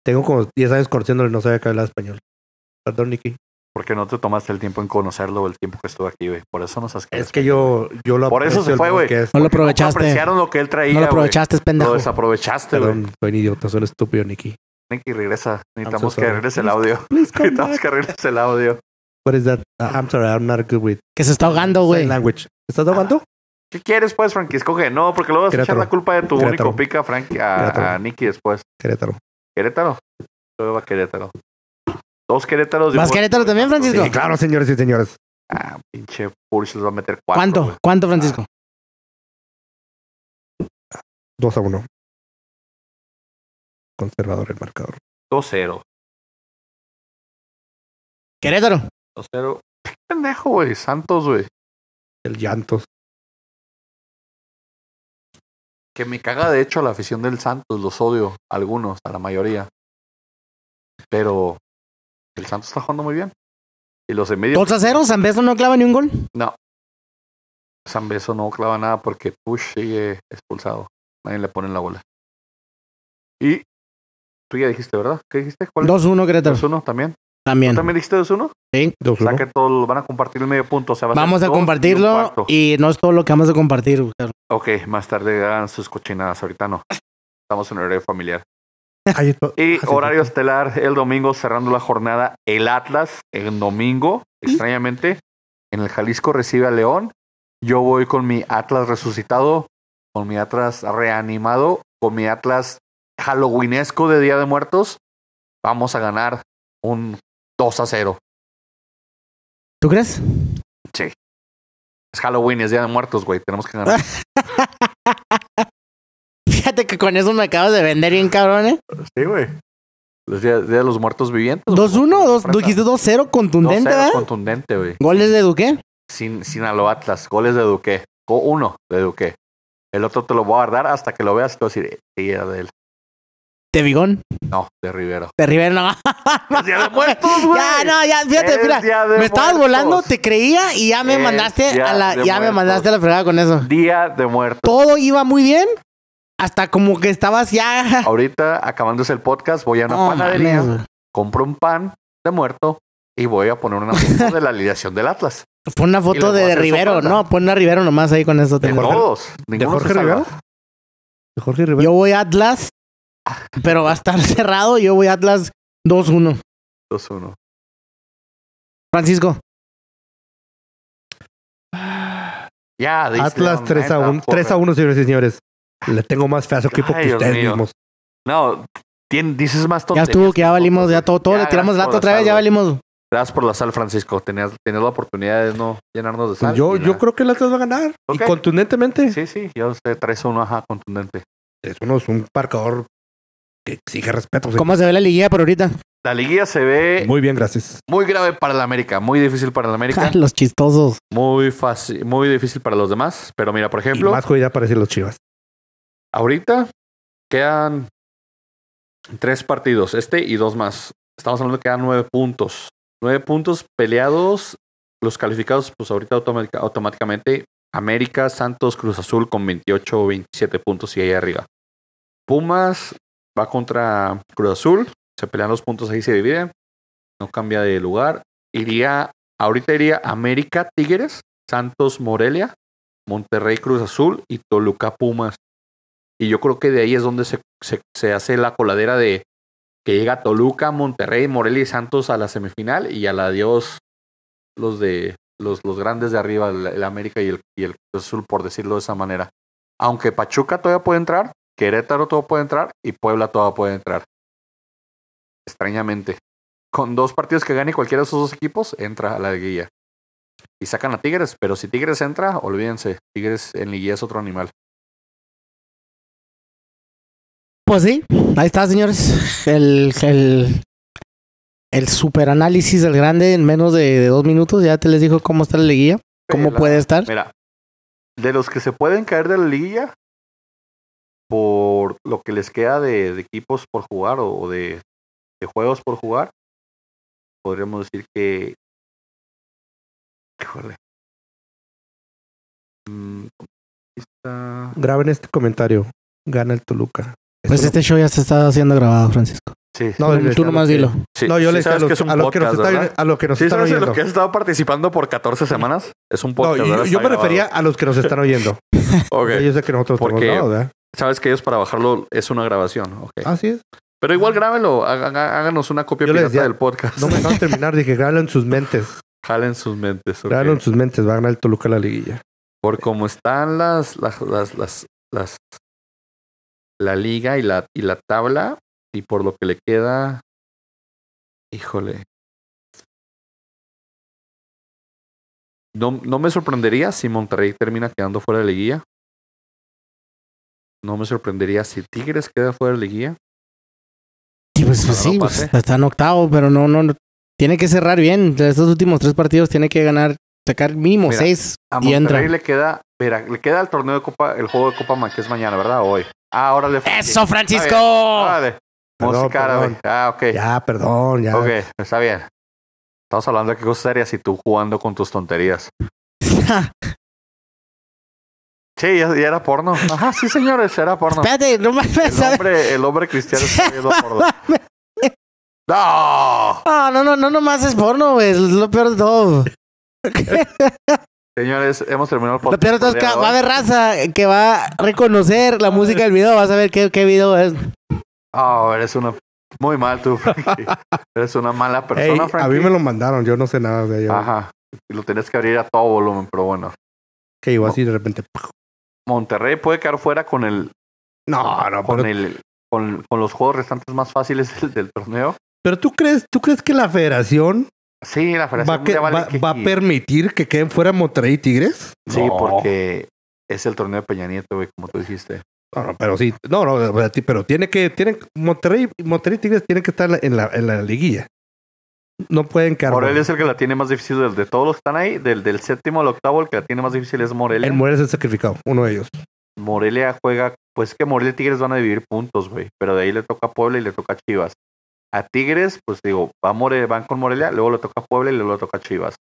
Tengo como 10 años conociéndolo y no sabía que hablaba español. Perdón, Nicky. Porque no te tomaste el tiempo en conocerlo el tiempo que estuve aquí, güey. Por eso nos has Es que yo, yo lo Por eso aprecio se el fue, modo güey. que es. no lo No aprovechaste. apreciaron lo que él traía, No lo güey. Pues, aprovechaste, es Lo pendejo. desaprovechaste, güey. Perdón, soy un idiota, soy un estúpido, Nicky. Nicky, regresa. I'm Necesitamos que so sorry. regrese el audio. Please come Necesitamos back. que regrese el audio. What is that? Ah, I'm sorry, I'm not good with Que se está ahogando, sign Oh, güey. language. ¿Estás ahogando? ¿Qué quieres, pues, Frankie? Escoge. No, porque luego vas a echar Querétaro. la culpa de tu Querétaro. único pica, Frankie, a, a Querétaro. Nicky después. Querétaro. Querétaro. Luego va Querétaro. Dos Querétaros. de ¿Vas un- Querétaro también, Francisco? Sí, claro, señores y señores. Ah, pinche Pursh les va a meter cuatro. güey. Ah. ¿Cuánto? ¿Cuánto, Francisco? 2 a 1. Conservador el marcador. 2-0. Querétaro. 2-0. Qué Pendejo, güey. Santos, güey. El llantos. Que me caga, de hecho, la afición del Santos. Los odio. Algunos, a la mayoría. Pero el Santos está jugando muy bien. Y los de medio 2 a 0, San Beso no clava ni un gol. San Beso no clava nada porque Push sigue expulsado. Nadie le pone la bola. Y tú ya dijiste, ¿verdad? ¿Qué dijiste? ¿Cuál? 2-1 Querétaro. 2-1 también. ¿Tú También. también dijiste 2-1? 2 O sea que todos lo van a compartir el medio punto. o sea, va ser Vamos a dos y un compartirlo cuarto. y no es todo lo que vamos a compartir. güey. Ok, más tarde hagan sus cochinadas. Ahorita no. Estamos en horario familiar. (laughs) Ahí to- ah, Ah, Y así horario fue. estelar el domingo, cerrando la jornada, el Atlas el domingo, extrañamente, en el Jalisco recibe a León. Yo voy con mi Atlas resucitado, con mi Atlas reanimado, con mi Atlas halloweenesco de Día de Muertos. Vamos a ganar un 2 a 0. ¿Tú crees? (laughs) Es Halloween, es Día de Muertos, güey. Tenemos que ganar. Fíjate que con eso me acabas de vender bien, cabrón, ¿eh? sí, güey. Ah. Los días Día de los Muertos Vivientes. güey. 2-1, dos- Enfrenta. dijiste 2-0 contundente, 2-0, ¿verdad? contundente, güey. ¿Goles de Duque? Sin, Sinaloa Atlas, goles de Duque. O uno de Duque. El otro te lo voy a guardar hasta que lo veas y te voy a decir, eh, sí, era de él. De Vigón, No, de (laughs) Rivero. de Rivera, no. ¡Es día de muertos, güey! Ya, no, ya, fíjate, Es mira. Día de Me estabas Muertos. volando, te creía y ya me Es mandaste Día a la, de ya me Muertos. mandaste a la fregada con eso. Día de muertos. Todo iba muy bien, hasta como que estabas ya. Ahorita, acabándose el podcast, voy a una (laughs) No panadería, mames, güey. compro un pan de muerto y voy a poner una foto de la alineación del Atlas. Pon una Y le foto voy a de hacer Rivero, sopa. no, pon a Rivero nomás ahí con eso. De tengo. Jorge- todos. ninguno Jorge se salva. Rivero? De Jorge Rivera. Yo voy a Atlas, pero va a estar (laughs) cerrado. Yo voy a Atlas 2-1. 2-1. Francisco, Ya, diste Atlas la 3 a neta, 1, porra. 3 a 1, señores y señores. Le tengo más fe a su equipo Ay, que Dios ustedes mío. mismos. No, tien- dices más ya tonterías estuvo, que ya valimos, ya todo, todo Ya, le tiramos gracias por lata otra la vez, ya sal, güey. valimos. Gracias por la sal, Francisco. Tenías, tenías la oportunidad de no llenarnos de sal. Pues yo, y la- yo creo que el Atlas va a ganar. Ok. Y contundentemente. Sí, sí, yo sé, 3-1, ajá, contundente. Es uno es un marcador que exige respeto. sí. ¿Cómo se ve la liguilla por ahorita? La liguilla se ve muy, Muy bien, gracias. grave para la América, muy difícil para la América, (laughs) Los chistosos. muy fácil, muy difícil para los demás. Pero mira, por Y ejemplo, más jodida para decir los chivas. ahorita quedan tres partidos, este y dos más. Estamos hablando que quedan nueve puntos. Nueve puntos peleados, los calificados, pues ahorita automática- automáticamente América, Santos, Cruz Azul con 28 o 27 puntos y ahí arriba. Pumas va contra Cruz Azul, se pelean los puntos ahí, se dividen, no cambia de lugar. Iría, ahorita iría América, Tigres, Santos, Morelia, Monterrey, Cruz Azul y Toluca, Pumas. Y yo creo que de ahí es donde se, se- se hace la coladera de que llega Toluca, Monterrey, Morelia y Santos a la semifinal y al adiós los de los, los grandes de arriba, el, el América y el, y el Cruz Azul, por decirlo de esa manera. Aunque Pachuca todavía puede entrar, Querétaro todo puede entrar y Puebla todo puede entrar. Extrañamente. Con dos partidos que gane cualquiera de esos dos equipos, entra a la guía. Y sacan a Tigres, pero si Tigres entra, olvídense, Tigres en liguilla es otro animal. Pues sí, ahí está, señores. El, el, el super análisis del grande en menos de, de dos minutos. Ya te les dijo cómo está la liguilla, cómo La- puede estar. Mira, de los que se pueden caer de la liguilla por lo que les queda de, de equipos por jugar o, o de, de juegos por jugar, podríamos decir que. Híjole. Mm, está- Graben este comentario. Gana el Toluca. Pues Eso este show ya se está haciendo grabado, Francisco. Sí, No, Tú- les- Tú a nomás los que- dilo. sí, No, yo sí les a sabes los, que es un a los que nos podcast, están, ¿verdad? a los que nos Sí, están sabes en lo oyendo. que has estado participando por 14 semanas. Es un No, podcast. yo, ¿verdad? yo Está me grabado. refería a los que nos están oyendo. Ok. Yo sé que nosotros Porque- tenemos- no, ¿verdad? Sabes que ellos para bajarlo es una grabación. ok. Así es. Pero igual grábelo, haga- haga- háganos una copia Ah. Yo les pirata decía- del podcast. (laughs) No me acaban de terminar. Dije, grábenlo en sus mentes. Jalen sus mentes. (laughs) ok. Grábenlo en sus mentes. Va a ganar el Toluca la liguilla. Por cómo están las, las, las, las, las- la liga y la, y la tabla, y por lo que le queda. Híjole. No, no me sorprendería si Monterrey termina quedando fuera de liguilla. No me sorprendería si Tigres queda fuera de liguilla. Sí, pues, Ojalá sí, no pues, pase. está en octavo, pero no, no, no. Tiene que cerrar bien. De estos últimos tres partidos tiene que ganar, sacar mínimo Mira, seis A y entra. Monterrey le queda, verá, le queda el torneo de Copa, el juego de Copa Ma- que es mañana, ¿verdad? Hoy. Ah, ahora le ¡Eso, Francisco! Árabe. Perdón, Música árabe. perdón. Ah, ok. Ya, perdón. Ya. Ok, está bien. Estamos hablando de qué cosas serias y tú jugando con tus tonterías. Sí, ya, ya era porno. Ajá, sí, señores, era porno. (laughs) Espérate, no mames. El a ver. hombre, el hombre cristiano (laughs) está viendo porno. ¡No! No, no, no, no, nomás es porno, güey. Es lo peor de todo. Señores, hemos terminado el Lo peor de todo es que del día de ¿eh? va a hoy. haber raza que va a reconocer la música del video. Vas a ver qué, qué video es. Oh, eres una. Muy mal tú, (laughs) Frankie. eres una mala Ey, persona, a Frankie. mí me lo mandaron, yo no sé nada. O sea, yo Ajá. Y lo tenías que abrir a todo volumen, pero bueno. que iba así de repente. ¡pah! Monterrey puede quedar fuera con el No, no, con pero, el con, con los juegos restantes más fáciles del, del torneo. pero tú crees, tú crees que la federación Sí, la va, federación a que- ya vale va- que- va a permitir que queden fuera Monterrey y Tigres? Sí, No. porque es el torneo de Peña Nieto, güey, como tú dijiste. No, no, pero sí, no, no, o sea, ti- pero tiene que, tienen, Monterrey, Monterrey y Tigres tienen que estar en la, en la, en la liguilla. No pueden quedar. Morelia es el que la tiene más difícil de, de todos los que están ahí, del, del séptimo al octavo, el que la tiene más difícil es Morelia. El Morelia es el sacrificado, uno de ellos. Morelia juega, pues que Morelia y Tigres van a dividir puntos, güey, pero de ahí le toca a Puebla y le toca a Chivas. A Tigres, pues digo, va More- van con Morelia, luego le toca a Puebla y luego le toca a Chivas.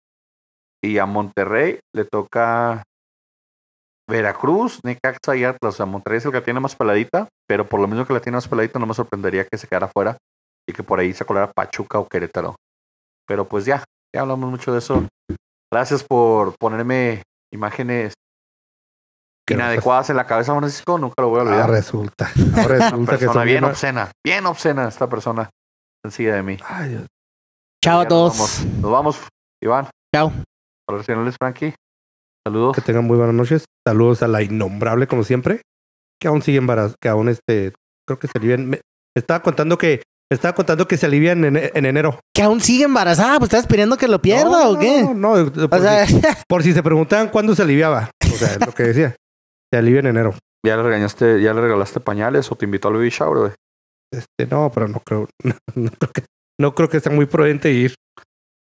Y a Monterrey le toca Veracruz, Necaxa y Atlas. O sea, Monterrey es el que la tiene más peladita, pero por lo mismo que la tiene más peladita, no me sorprendería que se quedara fuera y que por ahí se colara Pachuca o Querétaro. Pero pues ya, ya hablamos mucho de eso. Gracias por ponerme imágenes Que no- inadecuadas en la cabeza, Francisco. Nunca lo voy a Ah, olvidar. resulta. Ahora Una resulta que persona son bien bien- obscena, bien obscena esta persona. Sencilla de mí. Ay, Dios. Chao a Ya todos. Nos vamos, Nos vamos, Iván. Chao. Por les Frankie. Saludos. Que tengan muy buenas noches. Saludos a la innombrable, como siempre. Que aún siguen varas, que aún este, creo que se alivian. Me- estaba contando que, estaba contando que se alivian en, en enero. Que aún sigue embarazada, pues estás pidiendo que lo pierda No, o qué? No, no, no, por, o sea, si, por si se preguntaban cuándo se aliviaba. O sea, es lo que decía. Se alivia en enero. ¿Ya le regañaste, ya le regalaste pañales o te invitó al baby shower, güey? Este, no, pero no creo, (laughs) no, creo que, no creo que sea muy prudente ir.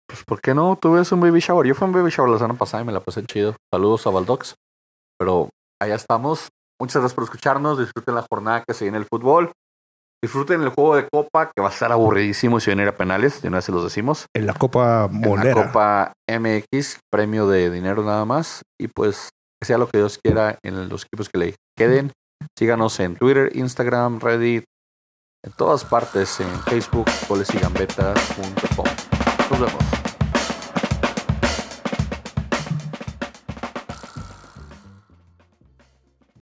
Pues, ¿por qué no? Tuve un baby shower. Yo fui a un baby shower la semana pasada y me la pasé chido. Saludos a Valdox. Pero allá estamos. Muchas gracias por escucharnos. Disfruten la jornada que se viene el fútbol. Disfruten el juego de copa que va a estar aburridísimo y se viene a ir a penales. De una vez se los decimos. En la Copa en la Molera. Copa MX, premio de dinero nada más. Y pues que sea lo que Dios quiera en los equipos que le queden. Síganos en Twitter, Instagram, Reddit, en todas partes, en Facebook, golesigambeta.com. Nos vemos.